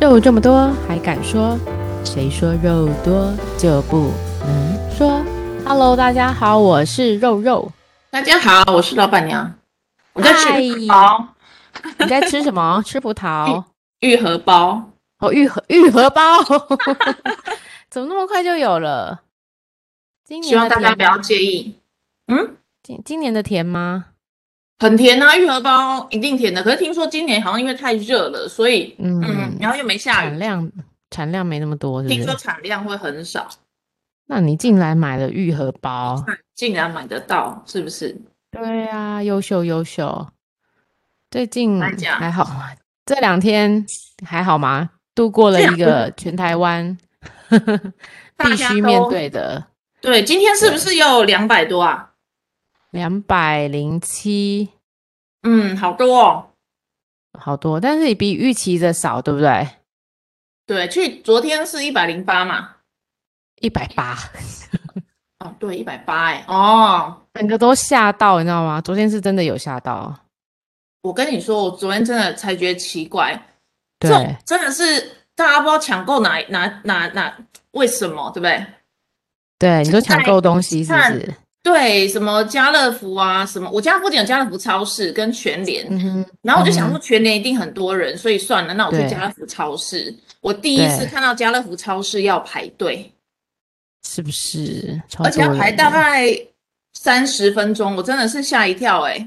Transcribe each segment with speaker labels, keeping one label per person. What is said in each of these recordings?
Speaker 1: 肉这么多还敢说？谁说肉多就不能说？Hello，大家好，我是肉肉。
Speaker 2: 大家好，我是老板娘，我在吃
Speaker 1: 嗨
Speaker 2: 玉荷包，
Speaker 1: 你在吃什 么？吃葡萄？
Speaker 2: 玉荷包，
Speaker 1: 哦，玉荷玉荷包， 怎么那么快就有了？今
Speaker 2: 希
Speaker 1: 年
Speaker 2: 望
Speaker 1: 的
Speaker 2: 大家
Speaker 1: 甜
Speaker 2: 不要
Speaker 1: 吗？
Speaker 2: 介意。嗯，
Speaker 1: 今今年的甜吗？
Speaker 2: 很甜啊，玉荷包一定甜的。可是听说今年好像因为太热了，所以
Speaker 1: 嗯，
Speaker 2: 嗯，然后又没下
Speaker 1: 产
Speaker 2: 雨，
Speaker 1: 量产量没那么多，是
Speaker 2: 听
Speaker 1: 不
Speaker 2: 说
Speaker 1: 是？
Speaker 2: 产量会很少，
Speaker 1: 那你进来买了玉荷包？
Speaker 2: 竟然买得到，是不是？
Speaker 1: 对啊，优秀优秀。最近
Speaker 2: 来讲
Speaker 1: 还好吗？这两天还好吗？度过了
Speaker 2: 这
Speaker 1: 一
Speaker 2: 两
Speaker 1: 个全台湾
Speaker 2: 大
Speaker 1: 必
Speaker 2: 家
Speaker 1: 须面
Speaker 2: 都
Speaker 1: 对的
Speaker 2: 对，今天是不是又两百多啊？
Speaker 1: 两百零七，
Speaker 2: 嗯，好多哦。
Speaker 1: 好多，但是也比预期的少，对不对？
Speaker 2: 对，去昨天是一百零八嘛？
Speaker 1: 一百八，
Speaker 2: 哦，对，一百八哎。哦，
Speaker 1: 整个都吓到，你知道吗？昨天是真的有吓到，
Speaker 2: 我跟你说，我昨天真的才觉得奇怪，这种
Speaker 1: 对，
Speaker 2: 真的是大家不知道抢购哪哪哪哪，为什么对不对？
Speaker 1: 对，你都抢
Speaker 2: 在
Speaker 1: 购东西是不
Speaker 2: 看
Speaker 1: 是？
Speaker 2: 对，什么家乐福啊，什么我家附近有家乐福超市跟全联，
Speaker 1: 嗯哼，
Speaker 2: 然后我就想
Speaker 1: 嗯
Speaker 2: 说全联一定很多人，所以算了，那我去
Speaker 1: 对
Speaker 2: 家乐福超市。我第一次
Speaker 1: 对
Speaker 2: 看到家乐福超市要排队，
Speaker 1: 是不是？超
Speaker 2: 而且要
Speaker 1: 多
Speaker 2: 排
Speaker 1: 人
Speaker 2: 大
Speaker 1: 的
Speaker 2: 概三十分钟，我真的是吓一跳哎、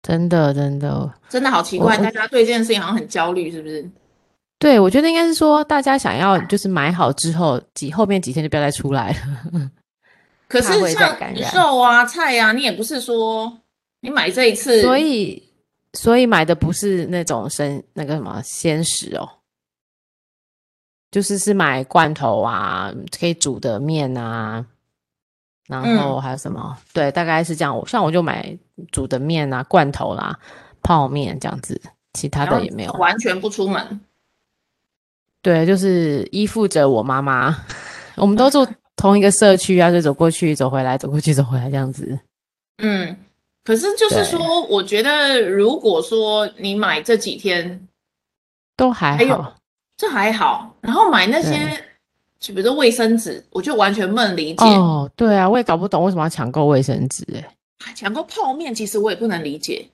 Speaker 1: 真的真的，
Speaker 2: 真的好奇怪，
Speaker 1: 我
Speaker 2: 大家对这件事情好像很焦虑，是不是？
Speaker 1: 对，我觉得应该是说，大家想要就是买好之后，几后面几天就不要再出来了。
Speaker 2: 可
Speaker 1: 怕
Speaker 2: 是
Speaker 1: 会再
Speaker 2: 像
Speaker 1: 感染
Speaker 2: 肉啊、菜啊，你也不是说你买这一次，
Speaker 1: 所以，所以买的不是那种生那个什么鲜食哦，就是是买罐头啊，可以煮的面啊，然
Speaker 2: 嗯
Speaker 1: 后还有什么？对，大概是这样。我像我就买煮的面啊、罐头啦、泡面这样子，其他
Speaker 2: 然后
Speaker 1: 的也没有。啊
Speaker 2: 完全不出门。
Speaker 1: 对，就是依附着我妈妈， 我们都住同一个社区啊，就走过去、走回来、走过去、走回来这样子。
Speaker 2: 嗯，可是就是说，我觉得如果说你买这几天，
Speaker 1: 都还
Speaker 2: 还有
Speaker 1: 好，
Speaker 2: 这还好，然后买那些，就比如说卫生纸，我就完全不能理解。
Speaker 1: 哦，对啊，我也搞不懂为什么要抢购卫生纸、欸，
Speaker 2: 抢购哎泡面，其实我也不能理解。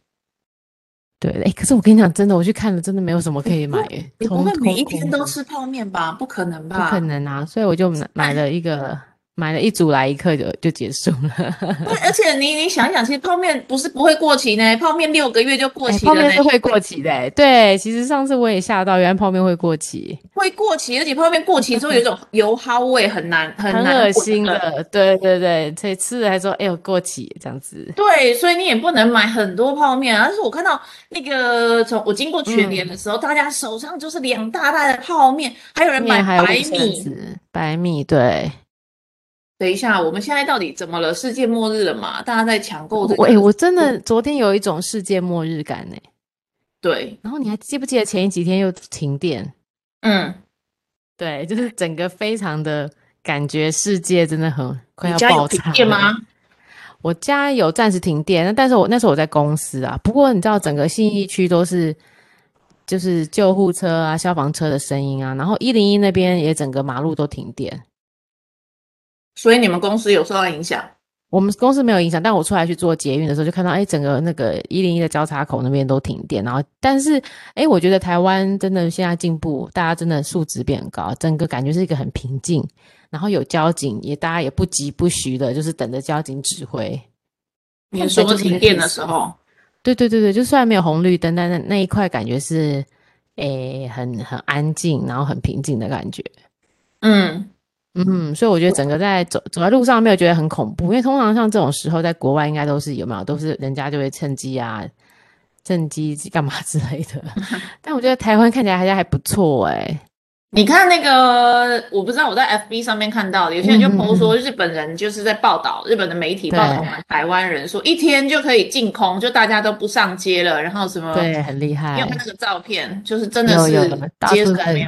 Speaker 1: 对，哎、可是我跟你讲，真的，我去看了，真的没有什么可以买、欸，
Speaker 2: 你不
Speaker 1: 空
Speaker 2: 会每
Speaker 1: 空
Speaker 2: 一天
Speaker 1: 空
Speaker 2: 都
Speaker 1: 的
Speaker 2: 吃泡面吧？不可能
Speaker 1: 不
Speaker 2: 吧？哎
Speaker 1: 可能啊，所以我就买买了一个，买了一组来一克就就结束了。
Speaker 2: 对。而且你你想想，其实泡面不是不会过期呢，泡面六个月就过
Speaker 1: 哎
Speaker 2: 期
Speaker 1: 泡
Speaker 2: 了
Speaker 1: 面是，
Speaker 2: 呢
Speaker 1: 会过期的、欸，对，其实上次我也吓到，原来泡面会过期，
Speaker 2: 会过期，而且泡面过期之后有一种 油耗味，很难很
Speaker 1: 很
Speaker 2: 难
Speaker 1: 恶
Speaker 2: 闻
Speaker 1: 心啊
Speaker 2: 的。
Speaker 1: 的，对对对，所以吃了还说，哎呦过期这样子。
Speaker 2: 对，所以你也不能买很多泡面啊。但是我看到那个从我经过全联
Speaker 1: 嗯
Speaker 2: 的时候，大家手上就是两大袋的泡面，还有人买
Speaker 1: 面还有
Speaker 2: 白
Speaker 1: 卫生
Speaker 2: 米。
Speaker 1: 纸，白米对。
Speaker 2: 等一下，我们现在到底怎么了？世界末日了嘛？大家在抢购这
Speaker 1: 我、
Speaker 2: 个，
Speaker 1: 欸、我真的昨天有一种世界末日感呢、
Speaker 2: 对，
Speaker 1: 然后你还记不记得前几天又停电？
Speaker 2: 嗯，
Speaker 1: 对，就是整个非常的感觉世界真的很快
Speaker 2: 你
Speaker 1: 要
Speaker 2: 家有
Speaker 1: 爆
Speaker 2: 停
Speaker 1: 炸
Speaker 2: 电
Speaker 1: 了
Speaker 2: 吗？
Speaker 1: 我家有暂时停电，那但是我那时候我在公司啊。不过你知道，整个信义区都是就是救护车啊、消防车的声音啊，然后一零一那边也整个马路都停电。
Speaker 2: 所以你们公司有受到影响？
Speaker 1: 我们公司没有影响，但我出来去做捷运的时候，就看到哎，诶整个那个一零一的交叉口那边都停电。然后，但是哎，诶我觉得台湾真的现在进步，大家真的素质变高，整个感觉是一个很平静，然后有交警，也大家也不急不徐的，就是等着交警指挥。
Speaker 2: 你说
Speaker 1: 就是
Speaker 2: 停
Speaker 1: 那
Speaker 2: 电
Speaker 1: 个
Speaker 2: 的
Speaker 1: 时
Speaker 2: 时候，
Speaker 1: 对对对对，就虽然没有红绿灯，但那那一块感觉是诶，很很安静，然后很平静的感觉。
Speaker 2: 嗯，
Speaker 1: 嗯，所以我觉得整个在走走在路上没有觉得很恐怖，因为通常像这种时候，在国外应该都是有没有，都是人家就会趁机啊，趁机干嘛之类 的。但我觉得台湾看起来好像还不错哎、
Speaker 2: 你看那个，我不知道我在 FB 上面看到的，有些人就
Speaker 1: 嗯嗯
Speaker 2: PO 说日本人就是在报道，日本的媒体报道
Speaker 1: 对
Speaker 2: 我们台湾人说一天就可以净空，就大家都不上街了，然后什么，
Speaker 1: 对，很厉
Speaker 2: 你有
Speaker 1: 害
Speaker 2: 看。那个照片，就是真的
Speaker 1: 有
Speaker 2: 是
Speaker 1: 有有到
Speaker 2: 街
Speaker 1: 处
Speaker 2: 上没有，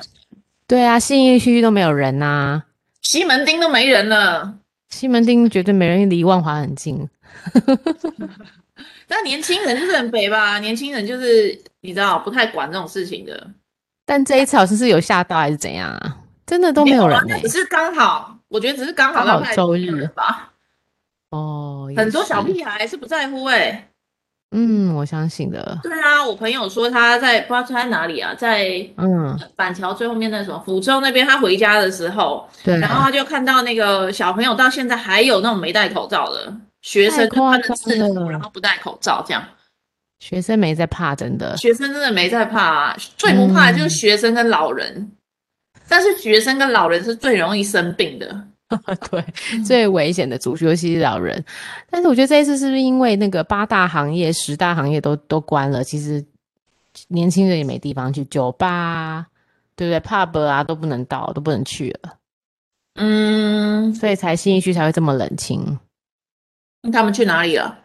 Speaker 1: 对啊，信义区都没有人呐、
Speaker 2: 西门町都没人了，
Speaker 1: 西门町绝对没人，因为离万华很近。
Speaker 2: 但年轻人就是很北吧，年轻人就是你知道不太管这种事情的，
Speaker 1: 但这一次好像是有吓到还是怎样啊？真的都没有人
Speaker 2: 那
Speaker 1: 哎、
Speaker 2: 只啊是刚好，我觉得只是刚好
Speaker 1: 刚好
Speaker 2: 让他
Speaker 1: 周日
Speaker 2: 吧，
Speaker 1: 哦，也
Speaker 2: 很多小
Speaker 1: 是，
Speaker 2: 屁孩是不在乎哎、
Speaker 1: 嗯，我相信的，
Speaker 2: 对啊，我朋友说他在不知道他在哪里啊，在
Speaker 1: 嗯，
Speaker 2: 板桥最后面那什么福州那边，他回家的时候，
Speaker 1: 对，
Speaker 2: 然后他就看到那个小朋友到现在还有那种没戴口罩的学
Speaker 1: 太
Speaker 2: 生，就
Speaker 1: 夸
Speaker 2: 穿着制
Speaker 1: 张
Speaker 2: 服
Speaker 1: 了
Speaker 2: 然后不戴口罩这样。
Speaker 1: 学生没在怕，真的，
Speaker 2: 学生真的没在怕、啊，最不怕
Speaker 1: 嗯
Speaker 2: 的就是学生跟老人，但是学生跟老人是最容易生病的。
Speaker 1: 对，最危险的族群，尤其是老人。但是我觉得这一次是不是因为那个八大行业、十大行业都都关了，其实年轻人也没地方去，酒吧啊，对不对？pub 啊都不能到，都不能去了，
Speaker 2: 嗯，
Speaker 1: 所以才新一区才会这么冷清，
Speaker 2: 那他们去哪里了？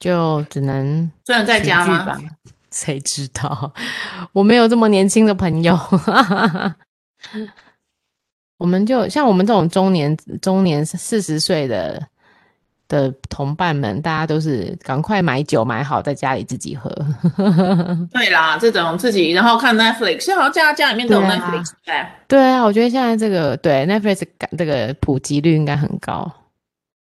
Speaker 1: 就只能
Speaker 2: 虽 然在
Speaker 1: 群
Speaker 2: 家
Speaker 1: 聚
Speaker 2: 吗？
Speaker 1: 吧。谁知道？我没有这么年轻的朋友。 我们就像我们这种中年、中年四十岁的的同伴们，大家都是赶快买酒买好，在家里自己喝。
Speaker 2: 对啦，这种自己然后看 Netflix，现在好像家家里面都有
Speaker 1: 对啊
Speaker 2: Netflix 哎、
Speaker 1: 对啊，我觉得现在这个对 Netflix 感这个普及率应该很高。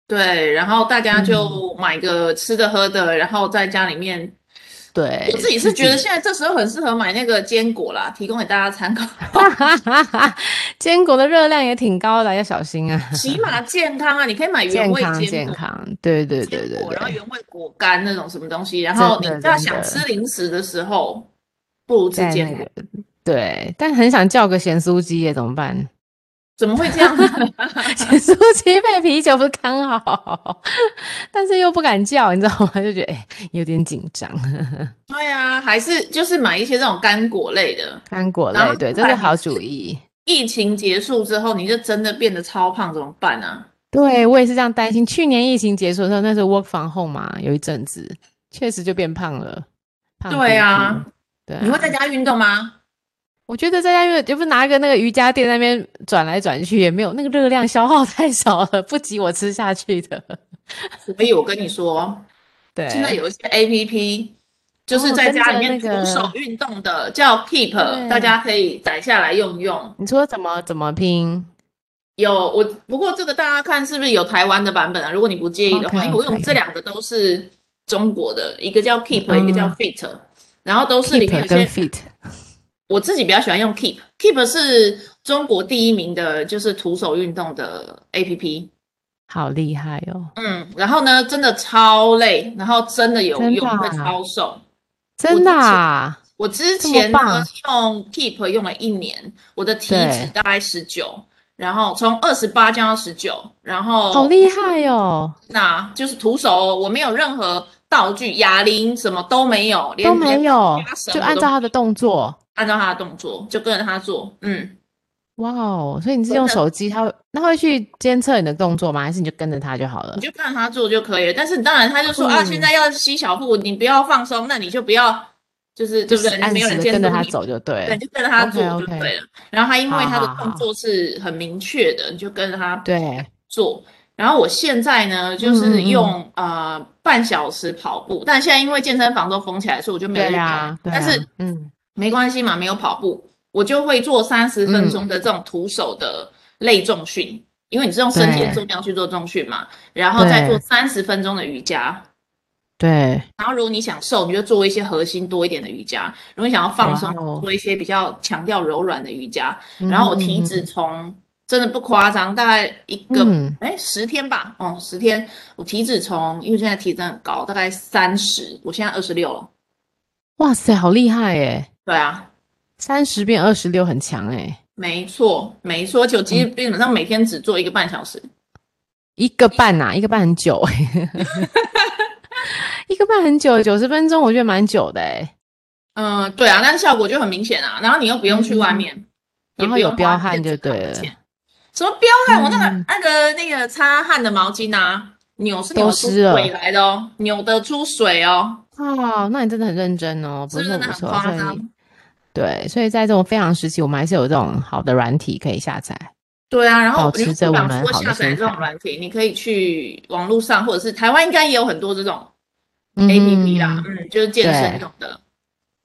Speaker 2: 对，然后大家
Speaker 1: 嗯
Speaker 2: 就买个吃的喝的，然后在家里面。
Speaker 1: 对，
Speaker 2: 我自己是觉得现在这时候很适合买那个坚果啦，提供给大家参 考。
Speaker 1: 坚果的热量也挺高的，要小心啊！
Speaker 2: 起码健康啊，你可以买原
Speaker 1: 健
Speaker 2: 味
Speaker 1: 康
Speaker 2: 坚
Speaker 1: 健
Speaker 2: 果。
Speaker 1: 康，对对对
Speaker 2: 坚
Speaker 1: 对
Speaker 2: 果，然后
Speaker 1: 对，
Speaker 2: 原味果干那种什么东西，然后你
Speaker 1: 真的
Speaker 2: 要
Speaker 1: 真
Speaker 2: 想
Speaker 1: 的
Speaker 2: 吃零食的时候，不如吃
Speaker 1: 在
Speaker 2: 坚
Speaker 1: 那
Speaker 2: 果
Speaker 1: 个。对，但很想叫个咸酥鸡耶，怎么 办？
Speaker 2: 怎么会这样？
Speaker 1: 咸酥鸡配啤酒不是刚好，但是又不敢叫，你知道吗？就觉得、哎有点紧张。
Speaker 2: 对啊，还是就是买一些这种干果类的。
Speaker 1: 干果
Speaker 2: 然后
Speaker 1: 类，对，
Speaker 2: 不
Speaker 1: 这是
Speaker 2: 然
Speaker 1: 好主意。
Speaker 2: 疫情结束之后，你就真的变得超胖，怎么办啊？
Speaker 1: 对我也是这样担心。去年疫情结束的时候，那时候 work from home 嘛，有一阵子确实就变胖了。胖嘟嘟
Speaker 2: 对啊，
Speaker 1: 对啊
Speaker 2: 你会在家运动吗？
Speaker 1: 我觉得在家因为就是拿个那个瑜伽垫那边转来转去，也没有那个热量消耗太少了，不及我吃下去的。
Speaker 2: 所以我跟你说，
Speaker 1: 对，
Speaker 2: 现在有一些 A P P，就是
Speaker 1: 哎哦
Speaker 2: 在家里
Speaker 1: 跟
Speaker 2: 面徒
Speaker 1: 着那个
Speaker 2: 手运动的，叫 Keep，
Speaker 1: 对
Speaker 2: 大家可以载下来用用。
Speaker 1: 你说怎么怎么拼？
Speaker 2: 有我，不过这个大家看是不是有台湾的版本啊？如果你不介意的话，
Speaker 1: OK，
Speaker 2: 因为我用
Speaker 1: OK
Speaker 2: 这两个都是中国的，一个叫 Keep，、一个叫
Speaker 1: 嗯
Speaker 2: Fit，然后都是里面
Speaker 1: keep
Speaker 2: 有
Speaker 1: 跟
Speaker 2: 些
Speaker 1: fit
Speaker 2: 我自己比较喜欢用 Keep。Keep 是中国第一名的，就是徒手运动的 APP。
Speaker 1: 好厉害哦！
Speaker 2: 嗯，然后呢，真的超累，然后真的有
Speaker 1: 真的
Speaker 2: 用，
Speaker 1: 啊
Speaker 2: 会超瘦。
Speaker 1: 真的、啊，
Speaker 2: 我之
Speaker 1: 这么
Speaker 2: 前呢
Speaker 1: 棒
Speaker 2: 用 Keep 用了一年，我的体
Speaker 1: 对
Speaker 2: 脂大概十九，然后从二十八降到十九，然后
Speaker 1: 好厉害哟、哦！
Speaker 2: 那就是徒手哦，我没有任何道具、哑铃什么都没有，连
Speaker 1: 都没有
Speaker 2: 连拉，绳
Speaker 1: 就
Speaker 2: 我
Speaker 1: 按
Speaker 2: 都
Speaker 1: 照他的动作。
Speaker 2: 按照他的动作，就跟着他做。嗯，
Speaker 1: 哇哦！所以你是
Speaker 2: 真
Speaker 1: 用
Speaker 2: 的
Speaker 1: 手机，他会那会去监测你的动作吗？还是你就跟着他就好了
Speaker 2: 你？就看着他做就可以了。但是当然，他就说、啊，
Speaker 1: 嗯
Speaker 2: 现在要吸小腹，你不要放松，那你就不要，就是对不
Speaker 1: 是
Speaker 2: 对？
Speaker 1: 按
Speaker 2: 没有
Speaker 1: 时
Speaker 2: 人
Speaker 1: 的
Speaker 2: 监
Speaker 1: 跟
Speaker 2: 督
Speaker 1: 着他
Speaker 2: 你，
Speaker 1: 走就对
Speaker 2: 对，
Speaker 1: 了
Speaker 2: 你。就跟着他做就
Speaker 1: OK，OK
Speaker 2: 对了。然后他因为他的
Speaker 1: 好好好
Speaker 2: 动作是很明确的，你就跟着他
Speaker 1: 对，
Speaker 2: 做。然后我现在呢，就
Speaker 1: 嗯嗯
Speaker 2: 是
Speaker 1: 嗯
Speaker 2: 用呃半小时跑步，但现在因为健身房都封起来，所以我就没有
Speaker 1: 对
Speaker 2: 运动。
Speaker 1: 啊，对啊，
Speaker 2: 但是
Speaker 1: 嗯，
Speaker 2: 没关系嘛，没有跑步，我就会做三十分钟
Speaker 1: 嗯
Speaker 2: 的这种徒手的类重训，因为你是用身体的
Speaker 1: 对
Speaker 2: 重量去做重训嘛，然后再
Speaker 1: 对
Speaker 2: 做三十分钟的瑜伽。
Speaker 1: 对，
Speaker 2: 然后，如果你想瘦，你就做一些核心多一点的瑜伽；如果你想要放松
Speaker 1: 哇哦，嗯
Speaker 2: 做一些比较强调柔软的瑜伽。然后我体脂从真的不夸张，大概一个
Speaker 1: 嗯
Speaker 2: 哎十天吧，哦十天，我体脂从因为现在体脂很高，大概三十，我现在二十六了。
Speaker 1: 哇塞，好厉害耶！
Speaker 2: 对啊，
Speaker 1: 三十变二十六，很强哎，
Speaker 2: 没错，没错，九级
Speaker 1: 嗯
Speaker 2: 基本上每天只做一个半小时，
Speaker 1: 一个半啊呐、一个半很久 哎，一个半很久，九十分钟我觉得蛮久的哎，
Speaker 2: 嗯、对啊，但是效果就很明显啊。然后你又不用去外面，也
Speaker 1: 嗯然后
Speaker 2: 不
Speaker 1: 有
Speaker 2: 用
Speaker 1: 彪
Speaker 2: 花
Speaker 1: 悍
Speaker 2: 电
Speaker 1: 就
Speaker 2: 子卡
Speaker 1: 对
Speaker 2: 的
Speaker 1: 了
Speaker 2: 钱。什么彪悍？我那个
Speaker 1: 嗯
Speaker 2: 那个那个擦汗的毛巾啊，扭是扭
Speaker 1: 都
Speaker 2: 出
Speaker 1: 湿了
Speaker 2: 水来的哦，扭得出水哦，
Speaker 1: 哦，那你真的很认真哦，
Speaker 2: 是
Speaker 1: 不错
Speaker 2: 不是真的
Speaker 1: 不
Speaker 2: 很
Speaker 1: 错，
Speaker 2: 夸
Speaker 1: 所以
Speaker 2: 张
Speaker 1: 你？对，所以在这种非常时期，我们还是有这种好的软体可以下载。
Speaker 2: 对啊，然后
Speaker 1: 保
Speaker 2: 你
Speaker 1: 持
Speaker 2: 不
Speaker 1: 着我
Speaker 2: 想
Speaker 1: 们
Speaker 2: 说
Speaker 1: 好的
Speaker 2: 下载
Speaker 1: 身
Speaker 2: 这种
Speaker 1: 材
Speaker 2: 软体，你可以去网络上，或者是台湾应该也有很多这种
Speaker 1: 嗯
Speaker 2: APP 啦，嗯，就是健身
Speaker 1: 对
Speaker 2: 用的。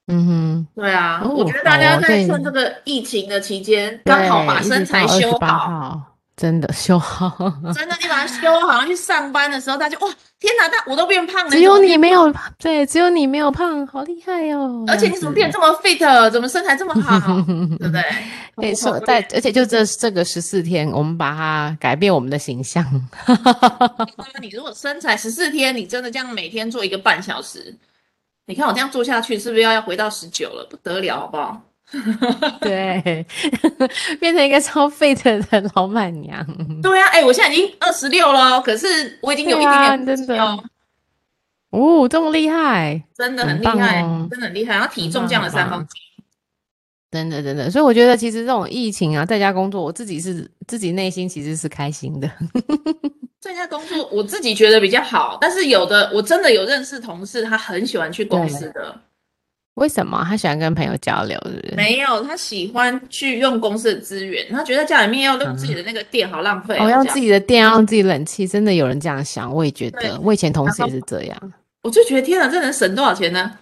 Speaker 1: 嗯
Speaker 2: 对啊，
Speaker 1: 哦
Speaker 2: 我觉得大家
Speaker 1: 好哦所
Speaker 2: 在
Speaker 1: 以
Speaker 2: 趁这个疫情的期间，
Speaker 1: 哼，
Speaker 2: 刚好把身材修
Speaker 1: 八
Speaker 2: 好，
Speaker 1: 号，真的修 好。
Speaker 2: 真的你把它修好，去上班的时候，大家哇，天哪，那我都变胖了，
Speaker 1: 只有
Speaker 2: 怎么
Speaker 1: 你没有对，只有你没有胖，好厉害哦！嗯
Speaker 2: 而且你怎么变这么 fit，怎么身材这么 好，对不对？
Speaker 1: 对，
Speaker 2: 好
Speaker 1: 说
Speaker 2: 不好
Speaker 1: 在，而且就这这个十四天，我们把它改变我们的形象。
Speaker 2: 你如果身材十四天，你真的这样每天做一个半小时，你看我这样做下去，是不是要要回到十九了？不得了，好不好？
Speaker 1: 对，变成一个超 fit 的 老板娘。
Speaker 2: 对啊，哎、我现在已经二十六了哦，可是我已经有一
Speaker 1: 对啊
Speaker 2: 点点腹肌
Speaker 1: 真的
Speaker 2: 哦，
Speaker 1: 哦，这么厉害！
Speaker 2: 真的很
Speaker 1: 很
Speaker 2: 厉
Speaker 1: 棒
Speaker 2: 害，
Speaker 1: 哦
Speaker 2: 真的很厉害，然后体重
Speaker 1: 很棒
Speaker 2: 降了
Speaker 1: 很
Speaker 2: 三
Speaker 1: 棒
Speaker 2: 公斤，
Speaker 1: 真的，真的，所以我觉得其实这种疫情啊，在家工作，我自己是自己内心其实是开心的。
Speaker 2: 在家工作我自己觉得比较好，但是有的我真的有认识同事，他很喜欢去公
Speaker 1: 对
Speaker 2: 司的，
Speaker 1: 为什么他喜欢跟朋友交流，是哦不是？
Speaker 2: 没有他喜欢去用公司的资源，他觉得家里面要用自己的那个电，好浪费哦，
Speaker 1: 哦，
Speaker 2: 这
Speaker 1: 让
Speaker 2: 样
Speaker 1: 自己的电，让自己冷气，真的有人这样想，我也觉
Speaker 2: 对
Speaker 1: 得，我以前同
Speaker 2: 然
Speaker 1: 事也
Speaker 2: 后
Speaker 1: 是这样，
Speaker 2: 我就觉得天哪，啊这能省多少钱呢？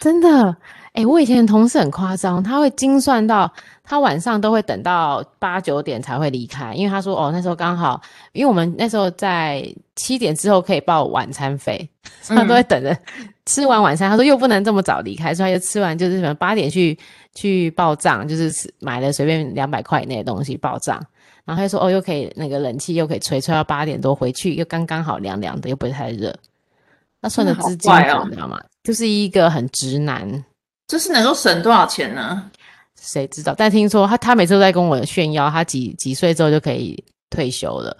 Speaker 1: 真的。哎，我以前的同事很夸张，他会精算到他晚上都会等到八九点才会离开，因为他说哦，那时候刚好，因为我们那时候在七点之后可以报晚餐费，所以
Speaker 2: 嗯
Speaker 1: 他都会等着吃完晚餐。他说又不能这么早离开，所以他就吃完就是什么八点去去报账，就是吃买了随便两百块以内的东西报账。然后他就说哦，又可以那个冷气又可以吹，吹到八点多回去又刚刚好凉凉的，又不会太热。他算的
Speaker 2: 真的好
Speaker 1: 之精
Speaker 2: 怪
Speaker 1: 准，
Speaker 2: 哦
Speaker 1: 你知道吗？就是一个很直男，
Speaker 2: 这是能够省多少钱呢？
Speaker 1: 谁知道？但听说他他每次都在跟我炫耀，他几几岁之后就可以退休了。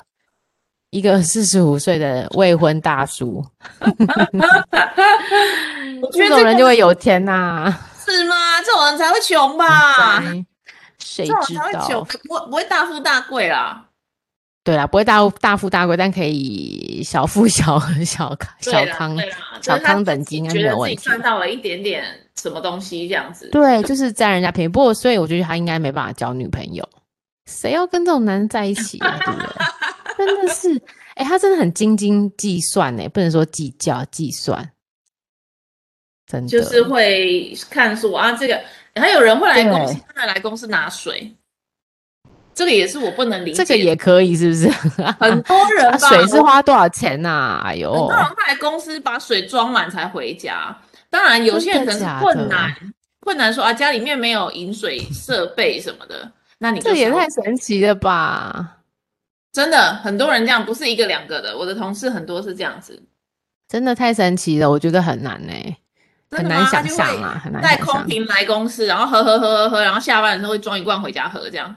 Speaker 1: 一个四十五岁的未婚大叔，
Speaker 2: 我
Speaker 1: 嗯
Speaker 2: 觉
Speaker 1: 这
Speaker 2: 得
Speaker 1: 种
Speaker 2: 这
Speaker 1: 人
Speaker 2: 个
Speaker 1: 就会有钱呐、
Speaker 2: 是吗？这种人才会穷吧？
Speaker 1: 谁嗯谁
Speaker 2: 啊这种
Speaker 1: 知
Speaker 2: 人才会穷
Speaker 1: 道？，
Speaker 2: 不不会大富大贵啦。
Speaker 1: 对啦，不会大大富大贵，但可以小富小小康
Speaker 2: 对
Speaker 1: 小
Speaker 2: 啦
Speaker 1: 康。
Speaker 2: 对啦，
Speaker 1: 小
Speaker 2: 就是他
Speaker 1: 康等
Speaker 2: 自
Speaker 1: 级
Speaker 2: 己
Speaker 1: 应该
Speaker 2: 觉
Speaker 1: 没有
Speaker 2: 得自
Speaker 1: 问
Speaker 2: 己
Speaker 1: 题
Speaker 2: 赚到了一点点什么东西这样子。
Speaker 1: 对，就是占人家便宜。不过，所以我觉得他应该没办法交女朋友。谁要跟这种男人在一起啊？对不 对？真的是，哎、他真的很斤斤计算呢、不能说计较，计算。真的，
Speaker 2: 就是会看说啊，这个还有人会来公司
Speaker 1: 对，
Speaker 2: 真的来公司拿水，这个也是我不能理解
Speaker 1: 这
Speaker 2: 的。
Speaker 1: 个也可以，是不是？
Speaker 2: 很多人
Speaker 1: 啊
Speaker 2: 吧，
Speaker 1: 水是花多少钱呐、哎呦
Speaker 2: 很，多人会来公司把水装满才回家。当然，有些人可能
Speaker 1: 真的假
Speaker 2: 是
Speaker 1: 的
Speaker 2: 困难，困难说啊，家里面没有饮水设备什么的，那你就
Speaker 1: 这也
Speaker 2: 少
Speaker 1: 太神奇了吧！
Speaker 2: 真的很多人这样，不是一个两个的。我的同事很多是这样子，
Speaker 1: 真的太神奇了，我觉得很难呢、
Speaker 2: 真
Speaker 1: 很
Speaker 2: 的
Speaker 1: 难
Speaker 2: 吗？他
Speaker 1: 想
Speaker 2: 就
Speaker 1: 象
Speaker 2: 会
Speaker 1: 啊，很难
Speaker 2: 带
Speaker 1: 想
Speaker 2: 空
Speaker 1: 象，
Speaker 2: 瓶来公司，然后喝喝喝喝喝，然后下班的时候会装一罐回家喝，这样。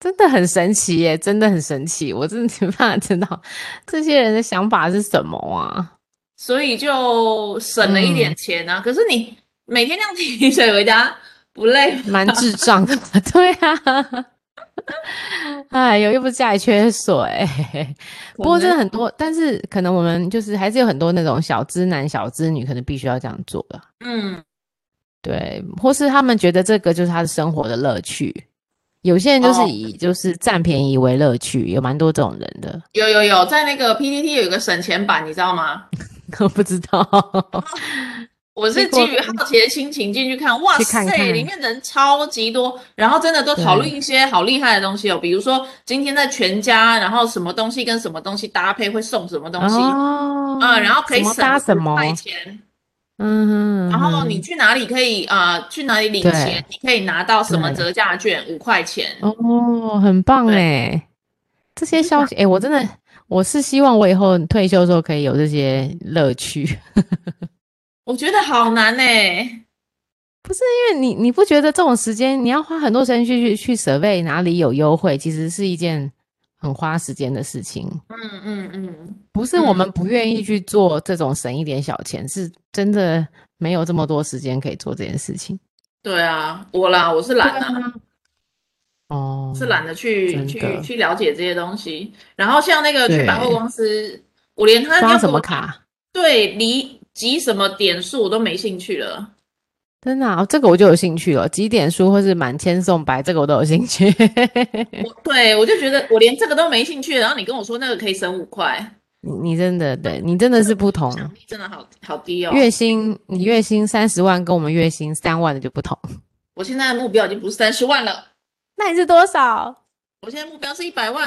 Speaker 1: 真的很神奇耶、真的很神奇，我真的没办法知道 这些人的想法是什么啊。
Speaker 2: 所以就省了一
Speaker 1: 嗯
Speaker 2: 点钱啊。可是你每天这样提水回家不累吗？
Speaker 1: 蛮智障的， 对啊。 哎呦，又不是家里缺水， 不过真的很多，但是可能我们就是还是有很多那种小资男、小资女，可能必须要这样做吧。
Speaker 2: 嗯，
Speaker 1: 对，或是他们觉得这个就是他的生活的乐趣。有些人就是
Speaker 2: 哦
Speaker 1: 以就是占便宜为乐趣，有蛮多这种人的。
Speaker 2: 有有有，在那个 PPT 有一个省钱版，你知道吗？
Speaker 1: 我不知道，
Speaker 2: 我是
Speaker 1: 结果
Speaker 2: 基于好奇的心情进去看，哇
Speaker 1: 去看
Speaker 2: 塞，
Speaker 1: 看
Speaker 2: 里面人超级多，然后真的都讨论一些好厉害的东西哦，比如说今天在全家，然后什么东西跟什么东西搭配会送什么东西，
Speaker 1: 哦，
Speaker 2: 嗯，然后可以
Speaker 1: 什么
Speaker 2: 省
Speaker 1: 搭什
Speaker 2: 50
Speaker 1: 么，
Speaker 2: 块钱，
Speaker 1: 嗯哼，
Speaker 2: 然后你
Speaker 1: 嗯
Speaker 2: 去哪里可以啊、呃去哪里领
Speaker 1: 对
Speaker 2: 钱，你可以拿到什么
Speaker 1: 对
Speaker 2: 折价券，五块钱，
Speaker 1: 哼哦，很棒
Speaker 2: 对
Speaker 1: 哎，这些
Speaker 2: 就想
Speaker 1: 消 息哎，我真的我是希望我以后退休的时候可以有这些乐趣， 因
Speaker 2: 我觉得好难呢、
Speaker 1: 为你你不觉得这种时间你要花很多时间去去去 survey 哪里有优惠，其实是一件很花时间的事情。
Speaker 2: 嗯嗯嗯，
Speaker 1: 不是我们
Speaker 2: 嗯
Speaker 1: 不愿意去做这种省一点小钱，是真的没有这么多时间可以做这件事情。
Speaker 2: 对啊，我啦，我是懒啊，
Speaker 1: 哦，
Speaker 2: 是懒得去
Speaker 1: 真
Speaker 2: 去
Speaker 1: 的
Speaker 2: 去了解这些东西。然后像那个去
Speaker 1: 对
Speaker 2: 百货公司，我连他
Speaker 1: 刷
Speaker 2: 要
Speaker 1: 什
Speaker 2: 给
Speaker 1: 么
Speaker 2: 我
Speaker 1: 卡？
Speaker 2: 对离集什么点数我都没兴趣了。
Speaker 1: 真的、啊，这个我就有兴趣了。几点书或是满千送百，这个我都有兴趣。
Speaker 2: 我对我就觉得我连这个都没兴趣，然后你跟我说那个可以省五块，
Speaker 1: 你你真的对你真的是不同，
Speaker 2: 想必真的好好低哦。
Speaker 1: 月薪你月薪三十万跟我们月薪三万的就不同，
Speaker 2: 我现在的目标已经不是三十万了，
Speaker 1: 那你是多少？
Speaker 2: 我现在目标是一百万。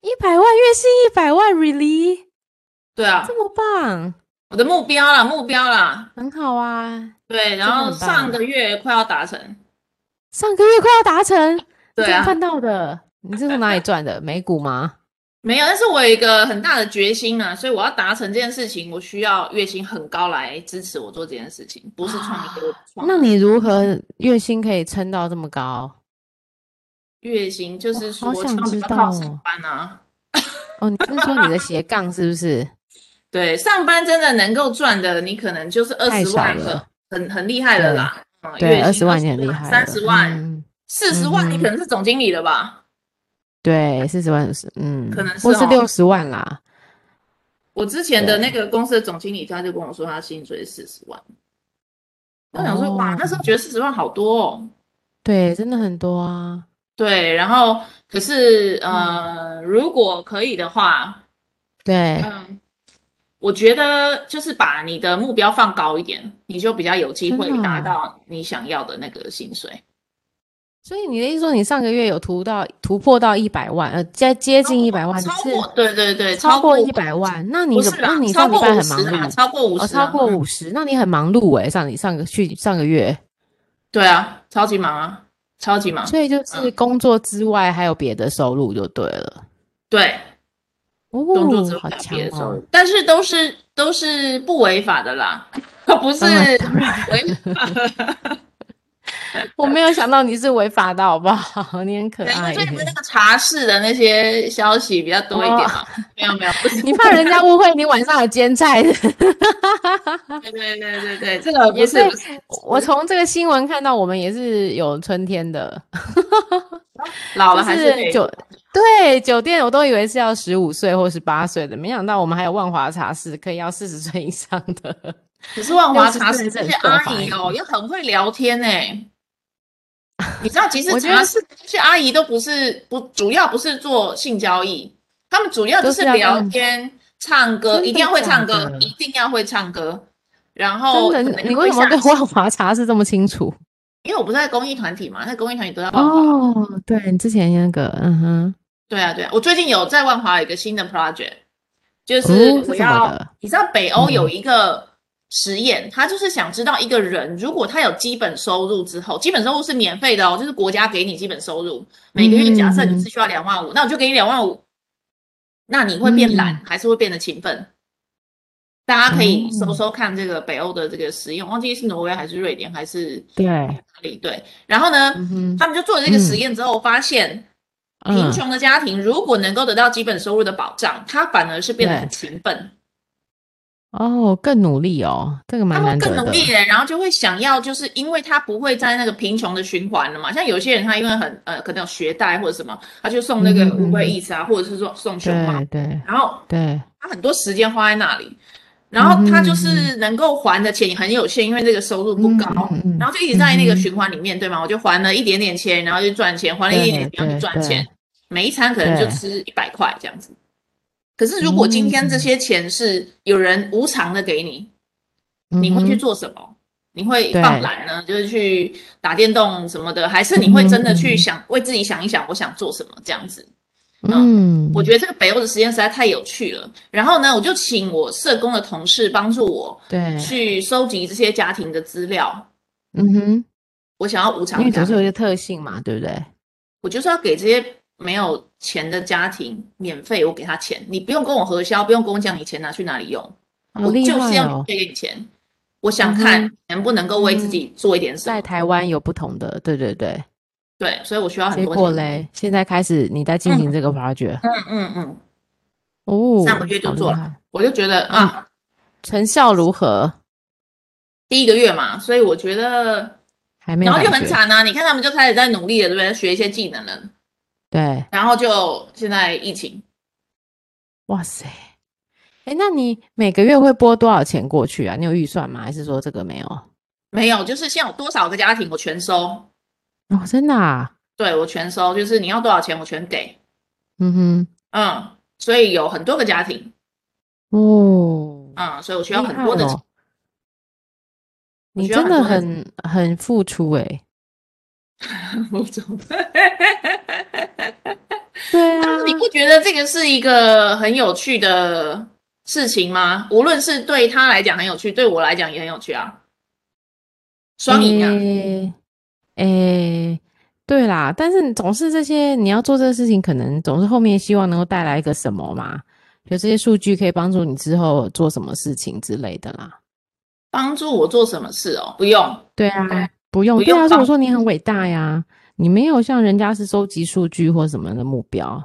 Speaker 1: 一百万月薪一百万，really
Speaker 2: 对啊，
Speaker 1: 这么棒，
Speaker 2: 我的目标啦，目标啦，
Speaker 1: 很好啊！
Speaker 2: 对，然后
Speaker 1: 真的很棒啊
Speaker 2: 上个月快要达成。
Speaker 1: 上个月快要达成，你
Speaker 2: 对
Speaker 1: 怎么
Speaker 2: 啊，
Speaker 1: 办到的？你是从哪里赚的？美股吗？
Speaker 2: 没有，但是我有一个很大的决心啊，所以我要达成这件事情，我需要月薪很高来支持我做这件事情，不是创一个创
Speaker 1: 那你如何月薪可以撑到这么高？
Speaker 2: 月薪，就是说
Speaker 1: 好想
Speaker 2: 千万不
Speaker 1: 知
Speaker 2: 要
Speaker 1: 道
Speaker 2: 靠
Speaker 1: 哦
Speaker 2: 上班啊。
Speaker 1: 哦，你是说你的斜杠是不 是？
Speaker 2: 对，上班真的能够赚的，你可能就是二
Speaker 1: 太
Speaker 2: 十
Speaker 1: 少
Speaker 2: 万
Speaker 1: 了，
Speaker 2: 很很厉害了啦。嗯
Speaker 1: 对，
Speaker 2: 月
Speaker 1: 二
Speaker 2: 薪
Speaker 1: 十万也很厉害了，
Speaker 2: 三十万、
Speaker 1: 嗯
Speaker 2: 四十万，你
Speaker 1: 嗯哼
Speaker 2: 可能是总经理了吧？
Speaker 1: 对，四十万是嗯，
Speaker 2: 可能是
Speaker 1: 或是
Speaker 2: 哦
Speaker 1: 六十万啦。
Speaker 2: 我之前的那个公司的总经理，他就跟我说他薪水四十万，我想说哇
Speaker 1: 哦，
Speaker 2: 那时候觉得四十万好多哦。
Speaker 1: 对，真的很多啊。
Speaker 2: 对，然后可是呃，
Speaker 1: 嗯
Speaker 2: 如果可以的话，
Speaker 1: 对，
Speaker 2: 嗯，我觉得就是把你的目标放高一点，你就比较有机会
Speaker 1: 真的啊
Speaker 2: 达到你想要的那个薪水。
Speaker 1: 所以你的意思说，你上个月有突到突破到一百万，呃，接接近一百万，你
Speaker 2: 超
Speaker 1: 是
Speaker 2: 过对对对，
Speaker 1: 超过
Speaker 2: 过
Speaker 1: 一百，万？那你
Speaker 2: 不
Speaker 1: 怎
Speaker 2: 是
Speaker 1: 么？
Speaker 2: 啦
Speaker 1: 那，你
Speaker 2: 超
Speaker 1: 上礼
Speaker 2: 过
Speaker 1: 拜
Speaker 2: 五
Speaker 1: 很忙
Speaker 2: 十啦，
Speaker 1: 碌
Speaker 2: 超过五
Speaker 1: 哦，
Speaker 2: 十，
Speaker 1: 超过
Speaker 2: 嗯
Speaker 1: 五十，那你很忙碌诶，上你上个去上个月，
Speaker 2: 对啊，超级忙啊，超级忙，
Speaker 1: 所以就是
Speaker 2: 嗯
Speaker 1: 工作之外还有别的收入就对了。
Speaker 2: 对，
Speaker 1: 哦，
Speaker 2: 工作之后
Speaker 1: 好
Speaker 2: 还有
Speaker 1: 强
Speaker 2: 别的收
Speaker 1: 哦
Speaker 2: 入，！但是都是都是不违法的啦， 不是
Speaker 1: 当然当 然，
Speaker 2: 违法的。
Speaker 1: 我没有想到你是违法的，好不好？ 你很可
Speaker 2: 对，因为
Speaker 1: 爱
Speaker 2: 最
Speaker 1: 耶。
Speaker 2: 近那个茶室的那些消息比较多一点嘛，没有没有，不是
Speaker 1: 哦 你怕人家误会你晚上有兼差的？
Speaker 2: 对对对对对，这个不
Speaker 1: 也
Speaker 2: 是
Speaker 1: 对
Speaker 2: 不是
Speaker 1: 我从这个新闻看到，我们也是有春天的，
Speaker 2: 老
Speaker 1: 就
Speaker 2: 了还是得
Speaker 1: 酒对酒店，我都以为是要十五岁或十八岁的，没想到我们还有万华茶室可以要四十岁以上的。
Speaker 2: 可是万华
Speaker 1: 60
Speaker 2: 茶
Speaker 1: 岁
Speaker 2: 室
Speaker 1: 是
Speaker 2: 这
Speaker 1: 很
Speaker 2: 些
Speaker 1: 受
Speaker 2: 阿
Speaker 1: 欢
Speaker 2: 姨
Speaker 1: 迎
Speaker 2: 哦，也很会聊天哎、 你知道，其实
Speaker 1: 我觉得
Speaker 2: 茶室这些阿姨都不是不主要不是做性交易，他们主要就
Speaker 1: 都
Speaker 2: 是
Speaker 1: 是要
Speaker 2: 聊
Speaker 1: 干
Speaker 2: 天、唱歌，
Speaker 1: 真
Speaker 2: 一
Speaker 1: 的
Speaker 2: 定要会
Speaker 1: 假
Speaker 2: 唱歌
Speaker 1: 的，
Speaker 2: 一定要会唱歌。然后
Speaker 1: 真的，
Speaker 2: 哦可能
Speaker 1: 你你
Speaker 2: 会
Speaker 1: 为什么
Speaker 2: 下
Speaker 1: 对
Speaker 2: 棋
Speaker 1: 万华茶室这么清楚？
Speaker 2: 因为我不是在公益团体嘛，那公益团体都在万华。
Speaker 1: 哦，对，你之前那个，嗯哼，
Speaker 2: 对啊，对啊，我最近有在万华有一个新的 project，就
Speaker 1: 哦
Speaker 2: 是
Speaker 1: 是
Speaker 2: 我
Speaker 1: 什么
Speaker 2: 要，
Speaker 1: 的
Speaker 2: 你知道北欧
Speaker 1: 嗯
Speaker 2: 有一个实验，他就是想知道一个人如果他有基本收入之后，基本收入是免费的哦，就是国家给你基本收入，每个月假设
Speaker 1: 嗯
Speaker 2: 你是需要两万五，那我就给你两万五，那你会变
Speaker 1: 嗯
Speaker 2: 懒还是会变得勤奋？大家可
Speaker 1: 哦
Speaker 2: 以搜搜看这个北欧的这个实验，忘记是挪威还是瑞典还是
Speaker 1: 对，
Speaker 2: 哪里对，然后呢，
Speaker 1: 嗯哼，
Speaker 2: 他们就做了这个实验之后，发现。贫
Speaker 1: 嗯，
Speaker 2: 穷的家庭如果能够得到基本收入的保障，他反而是变得
Speaker 1: 对
Speaker 2: 很勤奋，
Speaker 1: 哦，更努力哦，这个
Speaker 2: 他
Speaker 1: 蛮
Speaker 2: 会
Speaker 1: 难得
Speaker 2: 更
Speaker 1: 的，
Speaker 2: 努力嘞，然后就会想要，就是因为他不会在那个贫穷的循环了嘛。像有些人他因为很呃可能有学贷或者什么，他就送那个
Speaker 1: 嗯嗯嗯
Speaker 2: 五味意思啊，或者是说送熊猫
Speaker 1: 对，嗯对
Speaker 2: 然后
Speaker 1: 对，
Speaker 2: 他很多时间花在那里，然后他就是能够还的钱也很有限，因为这个收入不高，
Speaker 1: 嗯嗯嗯
Speaker 2: 然后就一直在那个
Speaker 1: 嗯
Speaker 2: 循环里面，对吗？我就还了一点点钱，然后就赚钱，还了一点点钱，然后就赚钱，每一餐可能就
Speaker 1: 对嗯
Speaker 2: 吃一百块这样子。可是如果今天这些钱是有人无偿的给你，你会去
Speaker 1: 嗯哼
Speaker 2: 做什么？你会
Speaker 1: 对
Speaker 2: 放懒呢，就是去打电动什么的，还是你会真的去想为自己想一想，我想做什么这样子？
Speaker 1: 嗯，
Speaker 2: 我觉得这个北欧的实验实在太有趣了。然后呢，我就请我社工的同事帮助我
Speaker 1: 对，
Speaker 2: 去收集这些家庭的资料。
Speaker 1: 嗯哼，
Speaker 2: 我想要无偿
Speaker 1: 因为
Speaker 2: 的
Speaker 1: 总
Speaker 2: 家
Speaker 1: 是有
Speaker 2: 庭，
Speaker 1: 一些特性嘛，对不对？
Speaker 2: 我就是要给这些没有钱的家庭免费，我给他钱，你不用跟我核销，不用跟我讲你钱拿去哪里用，
Speaker 1: 好
Speaker 2: 我
Speaker 1: 厉
Speaker 2: 就是
Speaker 1: 害
Speaker 2: 要
Speaker 1: 哦
Speaker 2: 免！费给你钱。我想
Speaker 1: 嗯
Speaker 2: 看能不能够为自己做一点什
Speaker 1: 在
Speaker 2: 么。
Speaker 1: 台湾有不同的，对对对。
Speaker 2: 对，所以我需要很
Speaker 1: 结
Speaker 2: 多
Speaker 1: 果
Speaker 2: 钱。
Speaker 1: 嘞，现在开始你在进行这个 project
Speaker 2: 嗯嗯嗯，
Speaker 1: 哦，
Speaker 2: 上个月就
Speaker 1: 好厉
Speaker 2: 做了
Speaker 1: 害，
Speaker 2: 我就觉得
Speaker 1: 嗯
Speaker 2: 啊，
Speaker 1: 成效如何？
Speaker 2: 第一个月嘛，所以我觉得
Speaker 1: 还没有
Speaker 2: 然后就
Speaker 1: 感
Speaker 2: 很
Speaker 1: 觉，
Speaker 2: 惨啊！你看他们就开始在努力了，对不对？学一些技能了，
Speaker 1: 对，
Speaker 2: 然后就现在疫情，
Speaker 1: 哇塞，哎，那你每个月会拨多少钱过去啊？你有预算吗？还是说这个没有？
Speaker 2: 没有，就是现在有多少个家庭我全收，
Speaker 1: 哦，真的啊，
Speaker 2: 对我全收，就是你要多少钱我全给，
Speaker 1: 嗯哼，
Speaker 2: 嗯，所以有很多个家庭，
Speaker 1: 哦，
Speaker 2: 啊、所以我需要
Speaker 1: 厉
Speaker 2: 很
Speaker 1: 害
Speaker 2: 多的
Speaker 1: 哦
Speaker 2: 钱。
Speaker 1: 你
Speaker 2: 需要
Speaker 1: 真的
Speaker 2: 很多
Speaker 1: 很很付出诶、哦
Speaker 2: 我怎么办
Speaker 1: 对啊，
Speaker 2: 但是你不觉得这个是一个很有趣的事情吗？无论是对他来讲很有趣，对我来讲也很有趣啊，双赢啊。
Speaker 1: 诶、诶对啦，但是总是这些你要做这个事情，可能总是后面希望能够带来一个什么嘛，就这些数据可以帮助你之后做什么事情之类的啦。
Speaker 2: 帮助我做什么事哦？不用，
Speaker 1: 对啊，不用，
Speaker 2: 不
Speaker 1: 对啊，所以
Speaker 2: 用
Speaker 1: 我
Speaker 2: 帮
Speaker 1: 说你很伟大呀，你没有像人家是收集数据或什么的目标，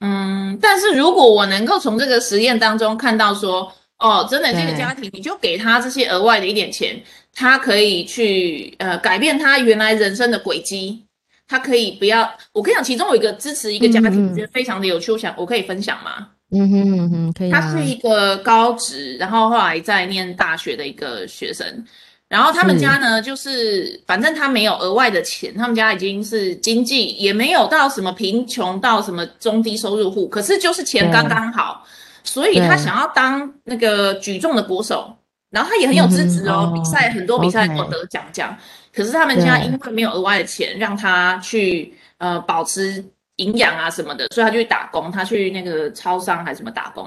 Speaker 2: 嗯，但是如果我能够从这个实验当中看到说，哦，真的这个
Speaker 1: 对
Speaker 2: 家庭，你就给他这些额外的一点钱，他可以去呃改变他原来人生的轨迹，他可以不要。我跟你讲，其中有一个支持一个家
Speaker 1: 嗯嗯
Speaker 2: 庭，觉得非常的有趣，我想我可以分享吗？
Speaker 1: 嗯哼嗯哼，可以
Speaker 2: 他
Speaker 1: 啊，
Speaker 2: 是一个高职，然后后来在念大学的一个学生。然后他们家呢，就是反正他没有额外的钱，他们家已经是经济也没有到什么贫穷到什么中低收入户，可是就是钱
Speaker 1: 对
Speaker 2: 刚刚好，所以他
Speaker 1: 对
Speaker 2: 想要当那个举重的国手，然后他也很有资质哦，
Speaker 1: 嗯哼
Speaker 2: 比赛很多比赛
Speaker 1: 哦
Speaker 2: 都
Speaker 1: ，OK
Speaker 2: 有得奖这样。可是他们家
Speaker 1: 对
Speaker 2: 因为没有额外的钱让他去呃保持营养啊什么的，所以他就去打工，他去那个超商还是什么打工。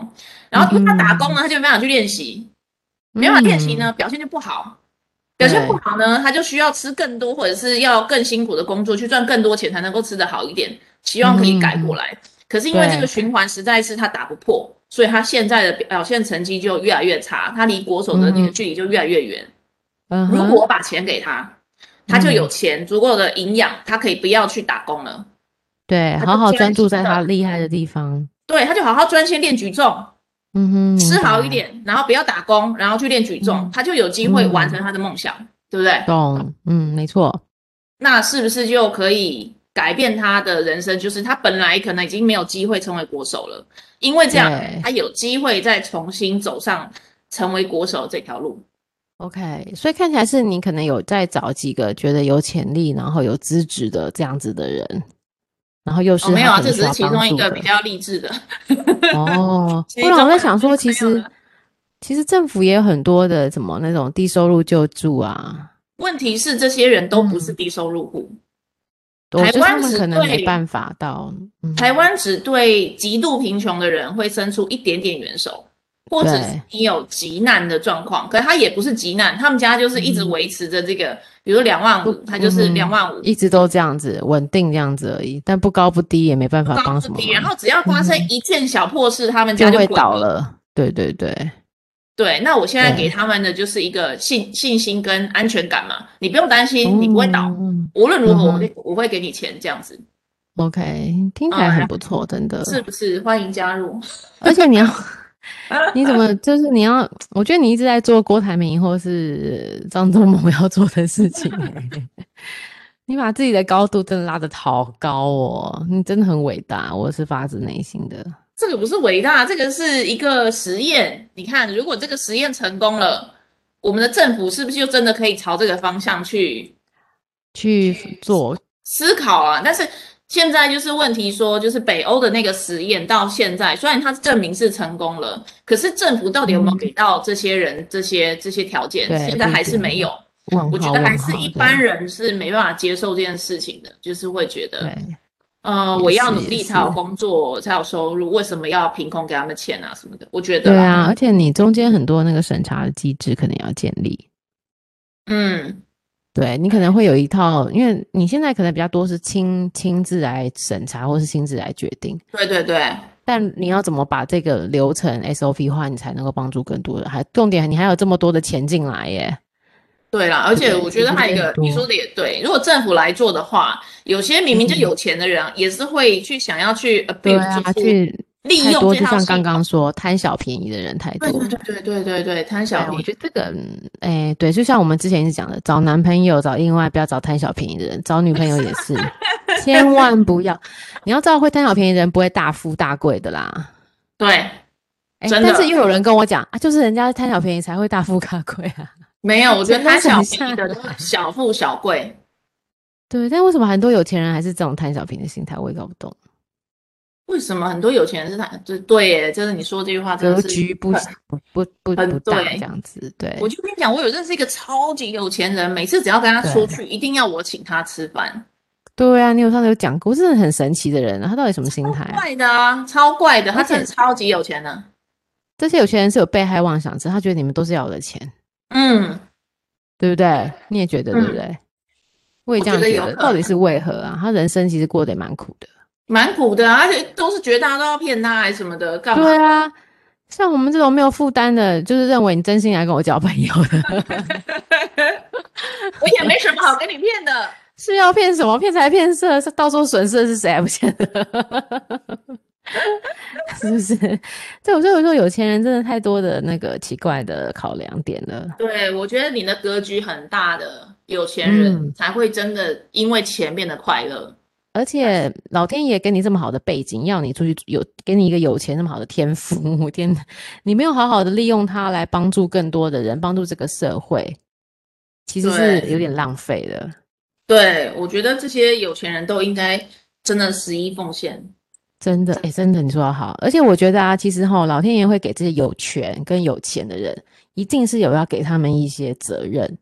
Speaker 2: 然后因为他打工呢，他就没办法去练习，
Speaker 1: 嗯
Speaker 2: 没办法练习呢，表现就不好。表现不好呢，他就需要吃更多，或者是要更辛苦的工作去赚更多钱才能够吃得好一点，希望可以改过
Speaker 1: 嗯
Speaker 2: 来。可是因为
Speaker 1: 对
Speaker 2: 这个循环实在是他打不破，所以他现在的表现成绩就越来越差，他离国手的那
Speaker 1: 嗯
Speaker 2: 个
Speaker 1: 哼
Speaker 2: 距离就越来越远。
Speaker 1: 嗯，嗯
Speaker 2: 如
Speaker 1: 哼嗯
Speaker 2: 果我把钱给他，他就有钱，足够的营养，他可以不要去打工了。
Speaker 1: 对，好
Speaker 2: 他就
Speaker 1: 好
Speaker 2: 专
Speaker 1: 专注
Speaker 2: 心
Speaker 1: 在
Speaker 2: 地
Speaker 1: 他厉害的地方，
Speaker 2: 对，他就好好专心练举重，
Speaker 1: 嗯哼，
Speaker 2: 吃
Speaker 1: 明
Speaker 2: 好
Speaker 1: 白
Speaker 2: 一，点，然后不要打工，然后去练举重，
Speaker 1: 嗯
Speaker 2: 他就有机会
Speaker 1: 嗯
Speaker 2: 完成他的梦想，对不对？
Speaker 1: 懂，嗯，没错，
Speaker 2: 那是不是就可以改变他的人生？就是他本来可能已经没有机会成为国手了，因为这样
Speaker 1: 对
Speaker 2: 他有机会再重新走上成为国手这条路。
Speaker 1: OK，所以看起来是你可能有在找几个觉得有潜力，然后有资质的这样子的人，然后又是
Speaker 2: 哦，没有
Speaker 1: 他
Speaker 2: 啊，
Speaker 1: 可
Speaker 2: 这
Speaker 1: 能
Speaker 2: 只是
Speaker 1: 需
Speaker 2: 其
Speaker 1: 要帮
Speaker 2: 中一
Speaker 1: 助
Speaker 2: 个
Speaker 1: 的
Speaker 2: 比较励志的。 ，
Speaker 1: 哦
Speaker 2: 其
Speaker 1: 不然我
Speaker 2: 中
Speaker 1: 在
Speaker 2: 啊
Speaker 1: 想
Speaker 2: 这
Speaker 1: 说，
Speaker 2: 个
Speaker 1: 其
Speaker 2: 没有
Speaker 1: 实
Speaker 2: 了
Speaker 1: 其实政府也有很多的什么那种低收入救助啊，
Speaker 2: 问题是这些人都不是
Speaker 1: 嗯
Speaker 2: 低收入户，
Speaker 1: 我
Speaker 2: 台
Speaker 1: 觉得他
Speaker 2: 湾
Speaker 1: 们
Speaker 2: 只
Speaker 1: 可能没
Speaker 2: 对
Speaker 1: 办法到，嗯，
Speaker 2: 台湾只对极度贫穷的人会伸出一点点援手，或者是
Speaker 1: 对
Speaker 2: 你有急难的状况，可他也不是急难，他们家就是一直
Speaker 1: 嗯
Speaker 2: 维持着这个，比如两万五，他就是
Speaker 1: 嗯
Speaker 2: 两万五，
Speaker 1: 一直都这样子稳定这样子而已，但不高不低也没办法
Speaker 2: 高
Speaker 1: 帮
Speaker 2: 不
Speaker 1: 什么
Speaker 2: 低，然
Speaker 1: 忙，
Speaker 2: 后只要发生一件小破事，他们家
Speaker 1: 会
Speaker 2: 滚
Speaker 1: 倒。了，对对对，
Speaker 2: 对，那我现在
Speaker 1: 对
Speaker 2: 给他们的就是一个信信心跟安全感嘛，你不用担心，你不会倒，
Speaker 1: 嗯
Speaker 2: 无论如何我
Speaker 1: 哦嗯哼
Speaker 2: 会我会给你钱这样子，
Speaker 1: ，OK，听起来
Speaker 2: 嗯
Speaker 1: 很
Speaker 2: 然
Speaker 1: 不错，真的
Speaker 2: 是不是？欢迎加入。
Speaker 1: 而且你 要，你怎么就是你要？我觉得你一直在做郭台铭或是张忠谋要做的事情 欸、你把自己的高度真的拉得好高哦，你真的很伟大，我是发自内心的。
Speaker 2: 这个不是伟大，这个是一个实验。你看，如果这个实验成功了，我们的政府是不是就真的可以朝这个方向去
Speaker 1: 去做，
Speaker 2: 思考啊？但是现在就是问题说，就是北欧的那个实验到现在，虽然它证明是成功了，可是政府到底有没
Speaker 1: 嗯
Speaker 2: 有给到这些人这些这些条件
Speaker 1: 对？
Speaker 2: 现在
Speaker 1: 不一
Speaker 2: 还是
Speaker 1: 定
Speaker 2: 没有。
Speaker 1: 问
Speaker 2: 我觉
Speaker 1: 号
Speaker 2: 得还
Speaker 1: 问
Speaker 2: 是
Speaker 1: 号，
Speaker 2: 一
Speaker 1: 对
Speaker 2: 般人是没办法接受这件事情的，就是会觉得，
Speaker 1: 对，
Speaker 2: 呃，
Speaker 1: 也
Speaker 2: 我要
Speaker 1: 是
Speaker 2: 努
Speaker 1: 也
Speaker 2: 力才有
Speaker 1: 是
Speaker 2: 工作，才有收入，为什么要凭空给他们钱啊什么的？我觉得
Speaker 1: 对
Speaker 2: 啦，
Speaker 1: 啊，而且你中间很多那个审查的机制可能要建立。
Speaker 2: 嗯，
Speaker 1: 对你可能会有一套，因为你现在可能比较多是亲亲自来审查，或是亲自来决定。
Speaker 2: 对对对，
Speaker 1: 但你要怎么把这个流程 SOP 化，你才能够帮助更多人？还重点，你还有这么多的钱进来耶。
Speaker 2: 对啦，而且
Speaker 1: 对
Speaker 2: 我觉得还有一
Speaker 1: 就是
Speaker 2: 个
Speaker 1: 很多
Speaker 2: 你说的也对，如果政府来做的话，有些明明就有钱的人啊也是会去想要去呃 abuse，、
Speaker 1: 嗯啊，
Speaker 2: 就是
Speaker 1: 去
Speaker 2: 利
Speaker 1: 太
Speaker 2: 用
Speaker 1: 多，
Speaker 2: 这
Speaker 1: 就
Speaker 2: 套
Speaker 1: 像
Speaker 2: 系
Speaker 1: 刚
Speaker 2: 统。
Speaker 1: 刚说，贪小便宜的人太
Speaker 2: 对
Speaker 1: 多。
Speaker 2: 对对对对对对，贪小
Speaker 1: 哎，
Speaker 2: 便
Speaker 1: 我
Speaker 2: 宜。
Speaker 1: 觉得这个，嗯哎，对，就像我们之前一直讲的，找男朋友、找另外不要找贪小便宜的人，找女朋友也 是，千万不要。你要知道，会贪小便宜的人不会大富大贵的啦。
Speaker 2: 对，
Speaker 1: 哎，
Speaker 2: 真
Speaker 1: 但
Speaker 2: 的
Speaker 1: 是又有人跟我讲啊，就是人家贪小便宜才会大富大贵啊。
Speaker 2: 没有，我觉
Speaker 1: 真
Speaker 2: 得
Speaker 1: 的
Speaker 2: 贪小
Speaker 1: 很
Speaker 2: 便宜
Speaker 1: 吓
Speaker 2: 的都是小富小贵。
Speaker 1: 对，但为什么很多有钱人还是这种贪小便宜的心态，我也搞不懂。
Speaker 2: 为什么很多有钱人是他？对对耶，真的，你说这句话真
Speaker 1: 格
Speaker 2: 的是
Speaker 1: 局不哎
Speaker 2: 很
Speaker 1: 不不
Speaker 2: 很
Speaker 1: 不大
Speaker 2: 对
Speaker 1: 这样子，对，
Speaker 2: 我就跟你讲，我有认识一个超级有钱人，每次只要跟他出去，一定要我请他吃饭，
Speaker 1: 对啊，你有上次有讲过，真的很神奇的人啊，他到底什么心态啊？
Speaker 2: 怪的啊，超怪的，他
Speaker 1: 而且
Speaker 2: 真的超级有钱的。
Speaker 1: 这些有钱人是有被害妄想症，他觉得你们都是要我的钱，
Speaker 2: 嗯，
Speaker 1: 对不对？你也觉得对不
Speaker 2: 嗯
Speaker 1: 对？我也
Speaker 2: 我
Speaker 1: 这
Speaker 2: 觉
Speaker 1: 样
Speaker 2: 得
Speaker 1: 觉
Speaker 2: 有
Speaker 1: 得，
Speaker 2: 可
Speaker 1: 到底是为何啊？他人生其实过得也蛮苦的。
Speaker 2: 蛮苦的啊，而且都是觉得大家都要骗他还是什么的，干嘛
Speaker 1: 对？啊，像我们这种没有负担的，就是认为你真心来跟我交朋友的，
Speaker 2: 我也没什么好跟你骗的。
Speaker 1: 是要骗什么？骗财骗色，是到时候损失的是谁啊还不见得？ 是不是？对，我所以我说有钱人真的太多的那个奇怪的考量点了。
Speaker 2: 对，我觉得你的格局很大的有钱人
Speaker 1: 嗯
Speaker 2: 才会真的因为钱变得快乐。
Speaker 1: 而且老天爷给你这么好的背景，要你出去有给你一个有钱那么好的天赋，我天哪，你没有好好的利用它来帮助更多的人，帮助这个社会，其实是
Speaker 2: 对
Speaker 1: 有点浪费的。
Speaker 2: 对，我觉得这些有钱人都应该真的十一奉献。
Speaker 1: 真的，哎、真的，你说得好。而且我觉得啊，其实哈，老天爷会给这些有权跟有钱的人，一定是有要给他们一些责任。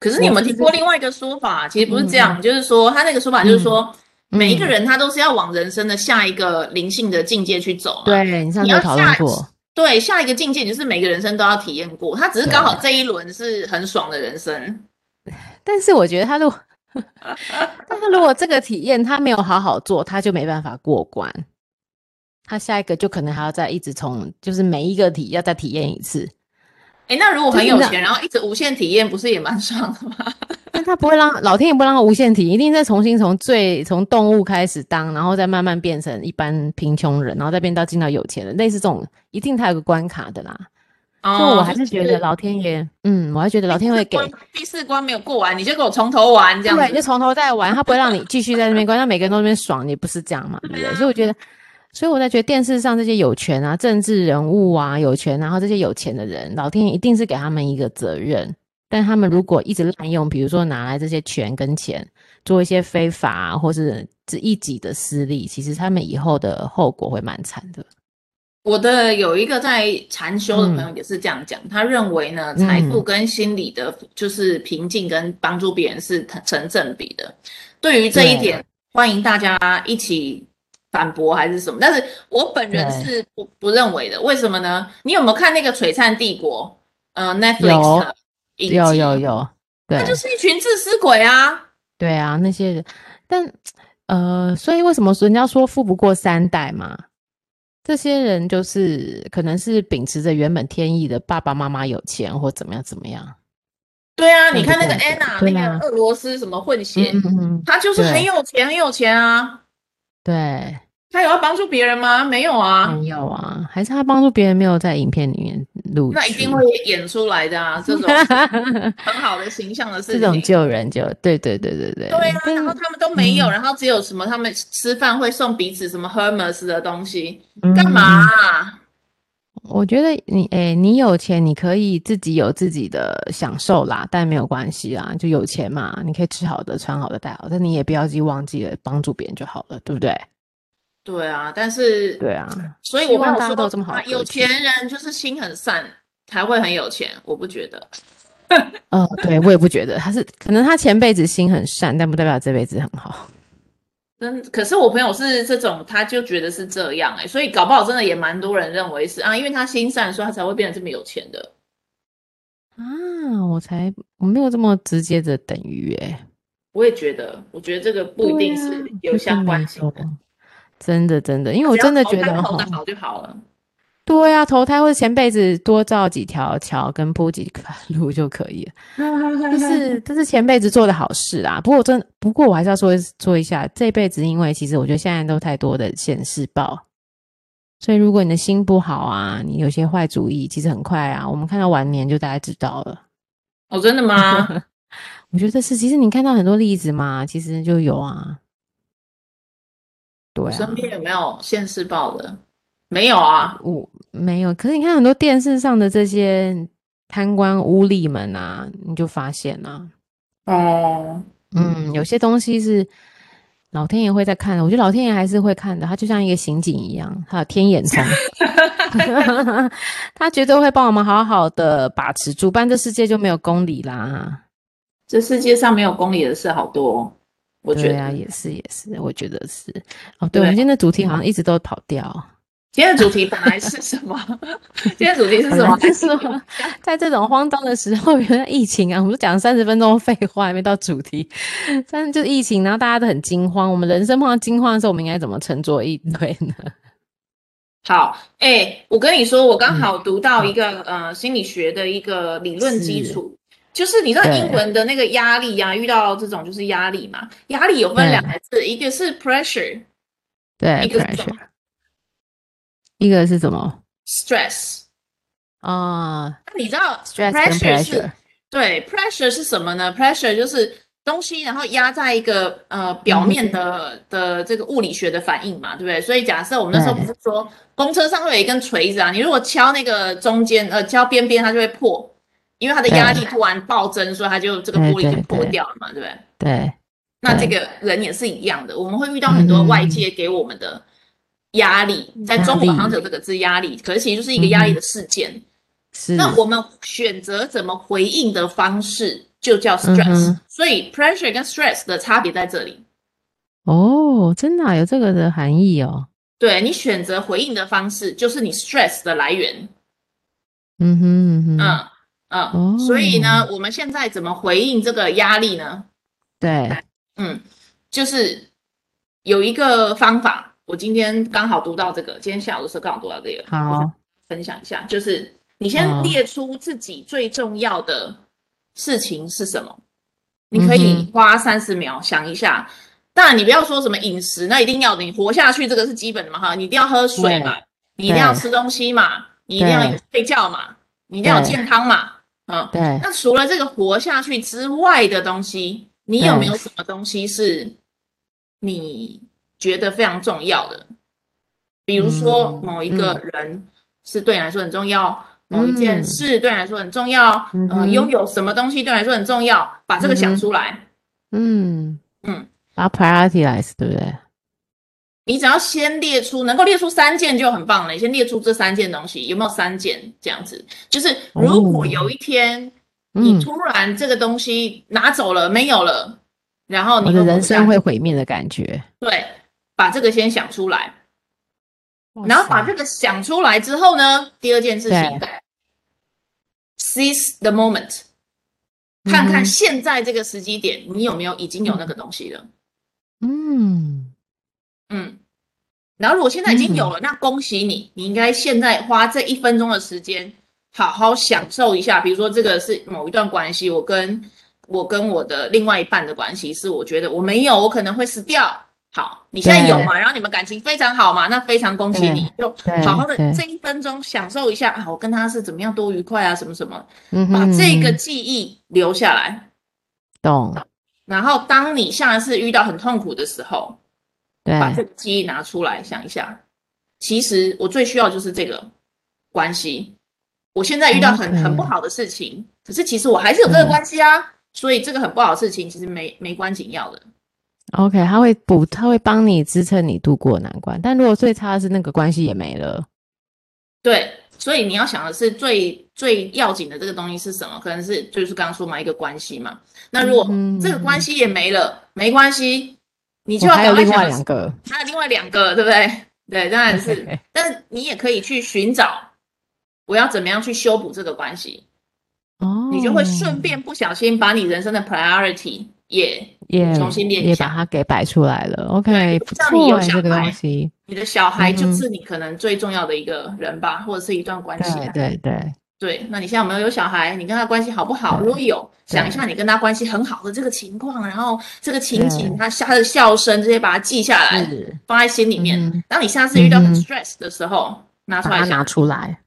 Speaker 2: 可是你有没有听过另外一个说法？其实不是这样，就是说他那个说法就是说，每一
Speaker 1: 嗯
Speaker 2: 个人他都是要往人生的下一个灵性的境界去走嘛。
Speaker 1: 对你上次有讨论过，
Speaker 2: 对，下一个境界就是每个人生都要体验过，他只是刚好这一轮是很爽的人生。
Speaker 1: 但是我觉得他如果， 但他如果这个体验他没有好好做，他就没办法过关。他下一个就可能还要再一直从，就是每一个体要再体验一次，
Speaker 2: 哎，那如果很
Speaker 1: 就是
Speaker 2: 有
Speaker 1: 那
Speaker 2: 钱，然后一直无限体验，不是也蛮爽 的吗？
Speaker 1: 但他不会让老天也不会让他无限体验，一定再重新从最从动物开始当，然后再慢慢变成一般贫穷人，然后再变到进到有钱人，类似这种，一定他有个关卡的啦。
Speaker 2: 哦
Speaker 1: 所以我还是觉得老天爷，嗯，我还觉得老天会给
Speaker 2: 第四关第四关没有过完，你就给我从头玩这样
Speaker 1: 对，
Speaker 2: 子
Speaker 1: 就。从头再玩，他不会让你继续在那边关，让每个人都在那边爽，你不是这样嘛？对不
Speaker 2: 嗯
Speaker 1: 对？所以我觉得，所以我在觉得电视上这些有权啊、政治人物啊、有权，然后这些有钱的人，老天爷一定是给他们一个责任。但他们如果一直滥用，比如说拿来这些权跟钱做一些非法、啊、或是只一己的私利，其实他们以后的后果会蛮惨的。
Speaker 2: 我的有一个在禅修的朋友也是这样讲，他认为呢，
Speaker 1: 嗯
Speaker 2: 财富跟心理的，就是平静跟帮助别人是成正比的。对于这一点，欢迎大家一起反驳还是什么？但是我本人
Speaker 1: 对
Speaker 2: 是不不认为的。为什么呢？你有没有看那个《璀璨帝国》？呃，Netflix
Speaker 1: 有
Speaker 2: 的影集
Speaker 1: 有有，有，对，
Speaker 2: 他就是一群自私鬼啊！
Speaker 1: 对啊，那些人，但呃，所以为什么人家说富不过三代嘛？这些人就是可能是秉持着原本天意的，爸爸妈妈有钱或怎么样怎么样。
Speaker 2: 对啊，
Speaker 1: 对
Speaker 2: 你看那个
Speaker 1: 对对
Speaker 2: Anna，
Speaker 1: 对
Speaker 2: 那
Speaker 1: 啊
Speaker 2: 个俄罗斯什么混血，
Speaker 1: 嗯嗯嗯，
Speaker 2: 他就是
Speaker 1: 对
Speaker 2: 很有钱，很有钱啊。
Speaker 1: 对，
Speaker 2: 他有要帮助别人吗？没有啊，
Speaker 1: 没有啊，还是他帮助别人没有在影片里面录取，
Speaker 2: 那一定会演出来 的啊，这种很好的形象的
Speaker 1: 这
Speaker 2: 事情。
Speaker 1: 种救人就对对对对对。
Speaker 2: 对啊，
Speaker 1: 但
Speaker 2: 然后他们都没有，
Speaker 1: 嗯
Speaker 2: 然后只有什么他们吃饭会送彼此什么 Hermes 的东西，
Speaker 1: 嗯
Speaker 2: 干嘛
Speaker 1: 嗯
Speaker 2: 啊？
Speaker 1: 我觉得你诶、你有钱，你可以自己有自己的享受啦，但没有关系啦，就有钱嘛，你可以吃好的、穿好的、戴好的，但你也不要去忘记了帮助别人就好了，对不对？
Speaker 2: 对啊，但是，
Speaker 1: 对啊，
Speaker 2: 所以我
Speaker 1: 希望
Speaker 2: 没
Speaker 1: 大
Speaker 2: 有
Speaker 1: 家
Speaker 2: 说
Speaker 1: 都有这么好的
Speaker 2: 啊有
Speaker 1: 格局
Speaker 2: 钱人就是心很善，才会很有钱，我不觉得。
Speaker 1: 呃，对我也不觉得他是，可能他前辈子心很善，但不代表这辈子很好。
Speaker 2: 真，可是我朋友是这种，他就觉得是这样哎、所以搞不好真的也蛮多人认为是啊，因为他心善，所以他才会变得这么有钱的。
Speaker 1: 啊，我才我没有这么直接的等于诶、
Speaker 2: 我也觉得，我觉得这个
Speaker 1: 啊
Speaker 2: 不一定是有相关性的
Speaker 1: 对啊。真的真的，因为我真的觉得
Speaker 2: 投
Speaker 1: 哈
Speaker 2: 的，好就 好了。
Speaker 1: 对啊，投胎或者前辈子多造几条桥跟铺几条路就可以了。就
Speaker 2: 嗯
Speaker 1: 是这是前辈子做的好事啦。不过我真不过我还是要说说一下，这辈子因为其实我觉得现在都太多的显示报，所以如果你的心不好啊，你有些坏主意，其实很快啊，我们看到晚年就大家知道了。
Speaker 2: 哦，真 的吗？
Speaker 1: 我觉得是，其实你看到很多例子嘛，其实就有啊。对
Speaker 2: 我
Speaker 1: 啊
Speaker 2: 身，边有没有现世报的？没有啊。
Speaker 1: 我没有。可是你看很多电视上的这些贪官污吏们啊，你就发现啊，
Speaker 2: 哦，
Speaker 1: 嗯，有些东西是老天爷会在看的，我觉得老天爷还是会看的，他就像一个刑警一样，他有天眼通， 他绝对会帮我们好好的把持住，不然这世界就没有公理啦。
Speaker 2: 这世界上没有公理的事好多、哦，我觉
Speaker 1: 对
Speaker 2: 得。
Speaker 1: 啊，也是也是，我觉得是。哦，对，我
Speaker 2: 对啊
Speaker 1: 们今天的主题好像一直都跑掉。
Speaker 2: 今天的主题本来是什么？ 今天的主题是什么？
Speaker 1: 本来是吗在这种荒诞的时候，原来疫情啊，我们都讲三十分钟废话，还没到主题。 但是就是疫情，然后大家都很惊慌。我们人生碰到惊慌的时候，我们应该怎么沉着应对呢？
Speaker 2: 好，哎、我跟你说，我刚
Speaker 1: 嗯
Speaker 2: 好读到一个、呃心理学的一个理论基础，就是你知道
Speaker 1: 对
Speaker 2: 英文的那个压力呀、遇到这种就是压力嘛，压力有分
Speaker 1: 对
Speaker 2: 两个字，一个是 pressure，
Speaker 1: 对
Speaker 2: 一个是什么
Speaker 1: ，pressure，一个是什么
Speaker 2: stress。
Speaker 1: 啊
Speaker 2: 那你知道
Speaker 1: ？stress 跟
Speaker 2: pressure 是
Speaker 1: pressure，
Speaker 2: 对，pressure 是什么呢？pressure 就是东西，然后压在一个呃表面的的这个物理学的反应嘛，对不对？所以假设我们那时候
Speaker 1: 嗯对
Speaker 2: 不是说公车上会有一根锤子啊，你如果敲那个中间呃敲边边，它就会破，因为它的压力突然暴增，所以它就这个玻
Speaker 1: 对
Speaker 2: 璃就
Speaker 1: 对
Speaker 2: 破
Speaker 1: 对
Speaker 2: 掉了嘛，对不对？
Speaker 1: 对
Speaker 2: 那这
Speaker 1: 对
Speaker 2: 个人也是一样的，我们会遇到很多
Speaker 1: 嗯
Speaker 2: 外界给我们的压力，在
Speaker 1: 压
Speaker 2: 中文好
Speaker 1: 力
Speaker 2: 像只有这个字压力，可是其实就是一个压力的事件。
Speaker 1: 是。
Speaker 2: 那我们选择怎么回应的方式就叫
Speaker 1: 嗯
Speaker 2: stress，、
Speaker 1: 哼
Speaker 2: 所以 pressure 跟 stress 的差别在这里。
Speaker 1: 哦，真的啊、有这个的含义哦。
Speaker 2: 对你选择回应的方式，就是你 stress 的来源。
Speaker 1: 嗯哼嗯哼，
Speaker 2: 嗯嗯，
Speaker 1: 哦
Speaker 2: 所以呢，我们现在怎么回应这个压力呢？
Speaker 1: 对，
Speaker 2: 嗯，就是有一个方法，我今天刚好读到这个，今天下午的时候刚好读到这个，
Speaker 1: 好
Speaker 2: 我想分享一下，就是你先
Speaker 1: 好
Speaker 2: 列出自己最重要的事情是什么，你可以
Speaker 1: 嗯
Speaker 2: 花三十秒想一下。当然，你不要说什么饮食，那一定要的，你活下去这个是基本的嘛哈，你一定要喝水嘛，你一定要
Speaker 1: 对
Speaker 2: 吃东西嘛，你一定要有睡觉嘛，你一定要有
Speaker 1: 对
Speaker 2: 健康嘛，嗯，
Speaker 1: 对，
Speaker 2: 那除了这个活下去之外的东西，你有没有什么东西是你觉得非常重要的？比如说
Speaker 1: 嗯
Speaker 2: 某一个人是对你来说很重要，某一件
Speaker 1: 嗯
Speaker 2: 事对你来说很重要，
Speaker 1: 嗯
Speaker 2: 呃，
Speaker 1: 哼
Speaker 2: 拥有什么东西对你来说很重要，把这个
Speaker 1: 嗯
Speaker 2: 想
Speaker 1: 哼
Speaker 2: 出来。
Speaker 1: 嗯
Speaker 2: 嗯，
Speaker 1: 把它 prioritize 对不对？
Speaker 2: 你只要先列出，能够列出三件就很棒了。你先列出这三件东西，有没有三件这样子？就是如果
Speaker 1: 哦
Speaker 2: 有一天、你
Speaker 1: 嗯，
Speaker 2: 突然这个东西拿走了，没有了，然后
Speaker 1: 我
Speaker 2: 你
Speaker 1: 的
Speaker 2: 又
Speaker 1: 人
Speaker 2: 不想
Speaker 1: 生会毁灭的感觉。
Speaker 2: 对，把这个先想出来，
Speaker 1: 哦
Speaker 2: 然后把这个想出来之后呢，第二件事情，seize the moment，看看
Speaker 1: 嗯哼
Speaker 2: 现在这个时机点，你有没有已经有那个东西了？
Speaker 1: 嗯，
Speaker 2: 嗯，然后如果现在已经有了，那恭喜你，你应该现在花这一分钟的时间，好好享受一下。比如说，这个是某一段关系，我跟我跟我的另外一半的关系，是我觉得我没有，我可能会死掉。好，你现在有嘛？然后你们感情非常好嘛？那非常恭喜你，就
Speaker 1: 对
Speaker 2: 好好的
Speaker 1: 对
Speaker 2: 这一分钟享受一下啊！我跟他是怎么样多愉快啊，什么什么，
Speaker 1: 嗯
Speaker 2: 把
Speaker 1: 哼
Speaker 2: 这个
Speaker 1: 嗯哼
Speaker 2: 记忆留下来。
Speaker 1: 懂，
Speaker 2: 然后，当你下一次遇到很痛苦的时候，把这
Speaker 1: 对，
Speaker 2: 个记忆拿出来想一下，其实我最需要就是这个关系。我现在遇到很
Speaker 1: OK
Speaker 2: 很不好的事情，可是其实我还是有这个关系啊，所以这个很不好的事情其实没没关紧要的。
Speaker 1: OK，他会补，他会帮你支撑你度过难关。但如果最差的是那个关系也没了，
Speaker 2: 对，所以你要想的是最最要紧的这个东西是什么？可能是就是刚刚说嘛，一个关系嘛。那如果
Speaker 1: 嗯
Speaker 2: 这个关系也没了，没关系，你就
Speaker 1: 我
Speaker 2: 要
Speaker 1: 还有
Speaker 2: 赶快
Speaker 1: 另外
Speaker 2: 想的
Speaker 1: 两
Speaker 2: 是，
Speaker 1: 个，
Speaker 2: 还有另外两个，对不对？对，当然 是
Speaker 1: OK，
Speaker 2: 但是你也可以去寻找，我要怎么样去修补这个关系，
Speaker 1: 哦，
Speaker 2: 你就会顺便不小心把你人生的 priority 也，
Speaker 1: 哦也
Speaker 2: 重新练一
Speaker 1: 也
Speaker 2: 下
Speaker 1: 把它给摆出来了。OK，
Speaker 2: 对
Speaker 1: 不
Speaker 2: 像你
Speaker 1: 错
Speaker 2: 有
Speaker 1: 哎，
Speaker 2: 小
Speaker 1: 这个
Speaker 2: 孩
Speaker 1: 东西，
Speaker 2: 你的小孩就
Speaker 1: 嗯哼
Speaker 2: 是你可能最重要的一个人吧，或者是一段关系
Speaker 1: 对
Speaker 2: 啊。
Speaker 1: 对对，
Speaker 2: 对，那你现在有没有有小孩？你跟他关系好不好？
Speaker 1: 对
Speaker 2: 如果有，
Speaker 1: 对
Speaker 2: 想一下你跟他关系很好的这个情况，然后这个情景，
Speaker 1: 对
Speaker 2: 他他的笑声这些把它记下来，
Speaker 1: 是
Speaker 2: 放在心里面。
Speaker 1: 嗯哼
Speaker 2: 当你下次遇到很
Speaker 1: 嗯哼
Speaker 2: stress 的时候，拿出
Speaker 1: 把它
Speaker 2: 来想
Speaker 1: 拿。出来。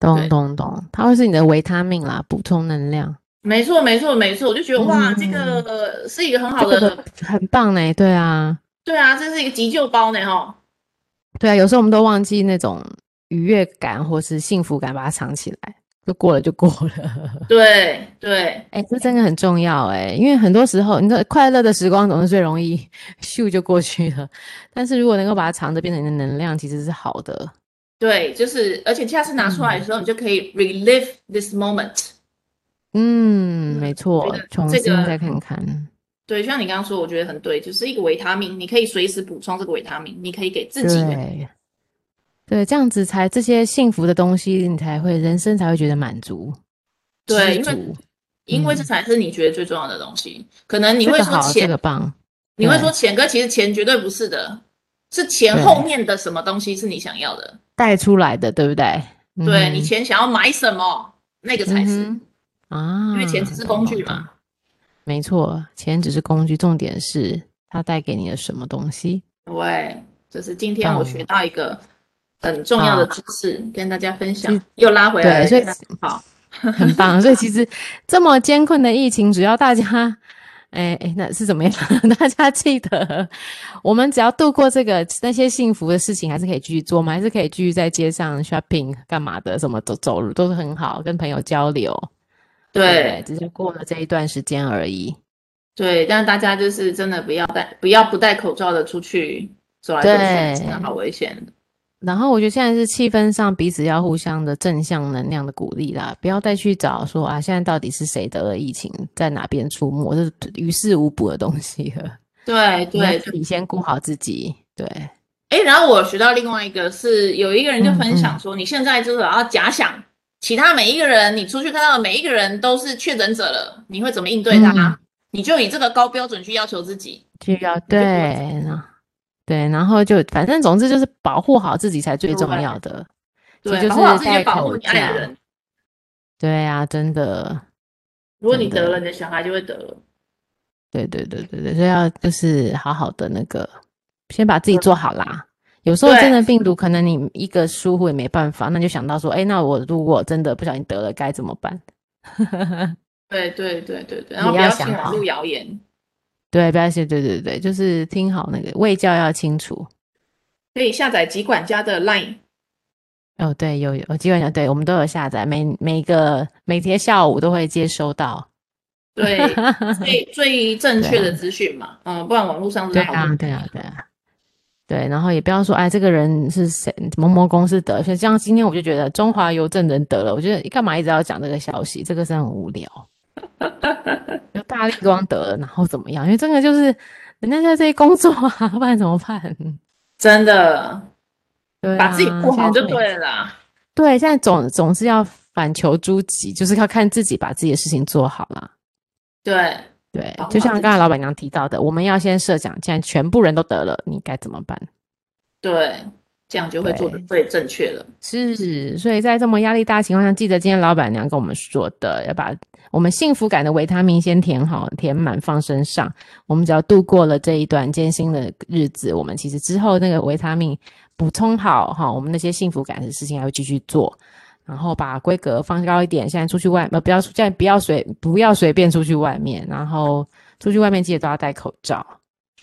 Speaker 1: 懂
Speaker 2: 对
Speaker 1: 懂懂，它会是你的维他命啦，补充能量，
Speaker 2: 没错，没错，没错，我就觉得哇，
Speaker 1: 嗯
Speaker 2: 这个呃是一个很好
Speaker 1: 这个
Speaker 2: 的，
Speaker 1: 的很棒呢。对啊，
Speaker 2: 对啊，这是一个急救包呢，哈。
Speaker 1: 对啊，有时候我们都忘记那种愉悦感或是幸福感，把它藏起来。就过了就过了。
Speaker 2: 对对，
Speaker 1: 哎、这真的很重要哎、因为很多时候，你知道快乐的时光总是最容易咻就过去了，但是如果能够把它藏着变成你的能量，其实是好的。
Speaker 2: 对，就是，而且下次拿出来的时候，你就可以 relive this moment。
Speaker 1: 嗯，没错
Speaker 2: 觉得，
Speaker 1: 重
Speaker 2: 这
Speaker 1: 新
Speaker 2: 个
Speaker 1: 再看看。
Speaker 2: 对，就像你刚刚说，我觉得很对，就是一个维他命，你可以随时补充这个维他命，你可以给自己的。
Speaker 1: 对，对，这样子才这些幸福的东西，你才会人生才会觉得满足。知
Speaker 2: 对因为
Speaker 1: 足
Speaker 2: 因为这
Speaker 1: 嗯
Speaker 2: 才是你觉得最重要的东西。可能你
Speaker 1: 这
Speaker 2: 会
Speaker 1: 个
Speaker 2: 说
Speaker 1: 好，这
Speaker 2: 钱，
Speaker 1: 个棒。
Speaker 2: 你会
Speaker 1: 对
Speaker 2: 说钱，可其实钱绝对不是的，是钱
Speaker 1: 对
Speaker 2: 后面的什么东西是你想要的。
Speaker 1: 带出来的，对不对？
Speaker 2: 对你
Speaker 1: 嗯
Speaker 2: 钱想要买什么，那个才是。
Speaker 1: 嗯哼啊，
Speaker 2: 因为钱只是
Speaker 1: 懂
Speaker 2: 工具。
Speaker 1: 懂懂
Speaker 2: 嘛。
Speaker 1: 没错，钱只是工具，重点是它带给你了什么东西。
Speaker 2: 对，就是今天我
Speaker 1: 懂
Speaker 2: 学到一个很重要的
Speaker 1: 好
Speaker 2: 知识，跟大家分享
Speaker 1: 是，
Speaker 2: 又拉回来
Speaker 1: 对
Speaker 2: 了。
Speaker 1: 所以
Speaker 2: 好，
Speaker 1: 很棒。所以其实这么艰困的疫情，只要大家， 哎哎，那是怎么样？ 大家记得，我们只要度过这个那些幸福的事情，还是可以继续做，我们还是可以继续在街上 shopping 干嘛的，什么走走路都是很好，跟朋友交流。不
Speaker 2: 对
Speaker 1: 只是过了这一段时间而已。
Speaker 2: 对，但大家就是真的不要戴，不要不戴口罩的出去走来走
Speaker 1: 对
Speaker 2: 去，真的好危险。
Speaker 1: 然后我觉得现在是气氛上彼此要互相的正向能量的鼓励啦，不要再去找说啊，现在到底是谁得了疫情，在哪边出没，这是于事无补的东西了。
Speaker 2: 对
Speaker 1: 你要
Speaker 2: 对
Speaker 1: 自己先顾好自己。对，
Speaker 2: 哎，然后我学到另外一个是，有一个人就分
Speaker 1: 嗯
Speaker 2: 享说，你现在就是要假想其他每一个人，你出去看到的每一个人都是确诊者了，你会怎么应对他？
Speaker 1: 嗯
Speaker 2: 你就以这个高标准去要求自己。
Speaker 1: 就要
Speaker 2: 就
Speaker 1: 对，
Speaker 2: 不会
Speaker 1: 然后对，然后就反正总之就是保护好自己才最重要的。
Speaker 2: 对，
Speaker 1: 这就
Speaker 2: 保护好
Speaker 1: 是
Speaker 2: 自己，
Speaker 1: 戴
Speaker 2: 保护
Speaker 1: 口
Speaker 2: 你
Speaker 1: 罩
Speaker 2: 爱。的人。
Speaker 1: 对啊，真的，
Speaker 2: 如果你
Speaker 1: 真的
Speaker 2: 得了，你的小孩就会得了。
Speaker 1: 对对对对对，所以要就是好好的那个，先把自己做好啦。有时候
Speaker 2: 对
Speaker 1: 真的病毒，可能你一个疏忽也没办法，那就想到说，哎，那我如果真的不小心得了，该怎么办？
Speaker 2: 对对对对对，然后
Speaker 1: 你
Speaker 2: 不
Speaker 1: 要
Speaker 2: 信
Speaker 1: 想
Speaker 2: 网
Speaker 1: 好
Speaker 2: 络谣言，
Speaker 1: 对，不要写，对对对，就是听好那个卫教要清楚。
Speaker 2: 可以下载疾管家的 Line。
Speaker 1: 哦，对，有有，基本上对我们都有下载，每每个每天下午都会接收到。
Speaker 2: 对，最最正确
Speaker 1: 对啊
Speaker 2: 的资讯嘛，嗯，不然网络上真
Speaker 1: 对
Speaker 2: 的好
Speaker 1: 啊
Speaker 2: 多，
Speaker 1: 对啊，对啊，对。然后也不要说，哎，这个人是谁，某某公司得，像像今天我就觉得中华邮政人得了，我觉得干嘛一直要讲这个消息，这个是很无 聊。就大力光得了，然后怎么样？因为这个就是人家在这里工作啊，不然怎么办？
Speaker 2: 真的
Speaker 1: 对、啊，
Speaker 2: 把自己顾好
Speaker 1: 现在
Speaker 2: 就
Speaker 1: 这里
Speaker 2: 对了啦。
Speaker 1: 对，现在总总是要反求诸己，就是要看自己把自己的事情做好啦。
Speaker 2: 对，
Speaker 1: 对
Speaker 2: 保，护
Speaker 1: 就
Speaker 2: 好
Speaker 1: 像
Speaker 2: 自
Speaker 1: 刚才
Speaker 2: 己
Speaker 1: 老板娘提到的，我们要先设想，既然全部人都得了，你该怎么办？
Speaker 2: 对，这样就会做的最正确了。
Speaker 1: 是，所以在这么压力大的情况下，记得今天老板娘跟我们说的，要把我们幸福感的维他命先填好、填满放身上。我们只要度过了这一段艰辛的日子，我们其实之后那个维他命补充好哈，我们那些幸福感的事情还会继续做。然后把规格放高一点，现在出去外呃不要出现在不要随不要随便出去外面，然后出去外面记得都要戴口罩。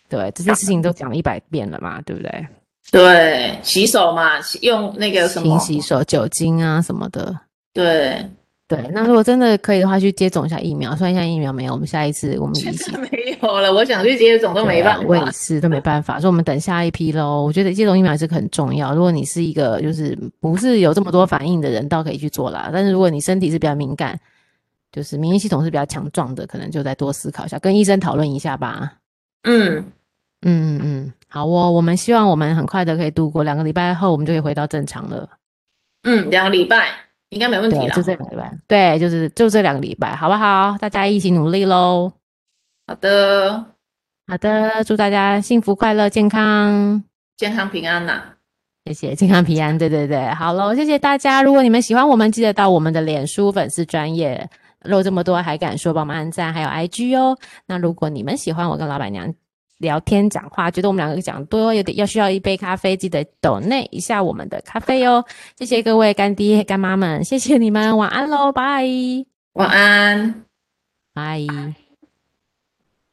Speaker 1: 对，这些事情都讲了一百遍了嘛，对不对？
Speaker 2: 对，洗手嘛，洗用那个什
Speaker 1: 勤
Speaker 2: 么，
Speaker 1: 洗手、酒精啊什么的。
Speaker 2: 对，
Speaker 1: 对，那如果真的可以的话，去接种一下疫苗。虽然现在疫苗没有，我们下一次我 们一起
Speaker 2: 没有了，我想去接种都没办
Speaker 1: 对啊我
Speaker 2: 法
Speaker 1: 也。是都没办法，所以我们等下一批喽。我觉得接种疫苗也是很重要。如果你是一个就是不是有这么多反应的人，倒可以去做啦。但是如果你身体是比较敏感，就是免疫系统是比较强壮的，可能就再多思考一下，跟医生讨论一下吧。
Speaker 2: 嗯，
Speaker 1: 嗯嗯嗯，好哦，我们希望我们很快的可以度过两个礼拜后，我们就可以回到正常了。
Speaker 2: 嗯，两个礼拜应该没问题
Speaker 1: 对，啊
Speaker 2: 啦哦
Speaker 1: 就。这两个礼拜，对，就是就这两个礼拜，好不好？大家一起努力喽。
Speaker 2: 好的，
Speaker 1: 好的，祝大家幸福、快乐、健康，
Speaker 2: 健康平安呐。
Speaker 1: 谢谢健康平安。对对对，好喽，谢谢大家。如果你们喜欢我们，记得到我们的脸书粉丝专业肉这么多还敢说，帮我们按赞，还有 IG 哦。那如果你们喜欢我跟老板娘聊天讲话，觉得我们两个讲多有点要需要一杯咖啡，记得抖内一下我们的咖啡哦。谢谢各位干爹干妈们，谢谢你们，晚安喽，拜
Speaker 2: 晚安。
Speaker 1: 拜。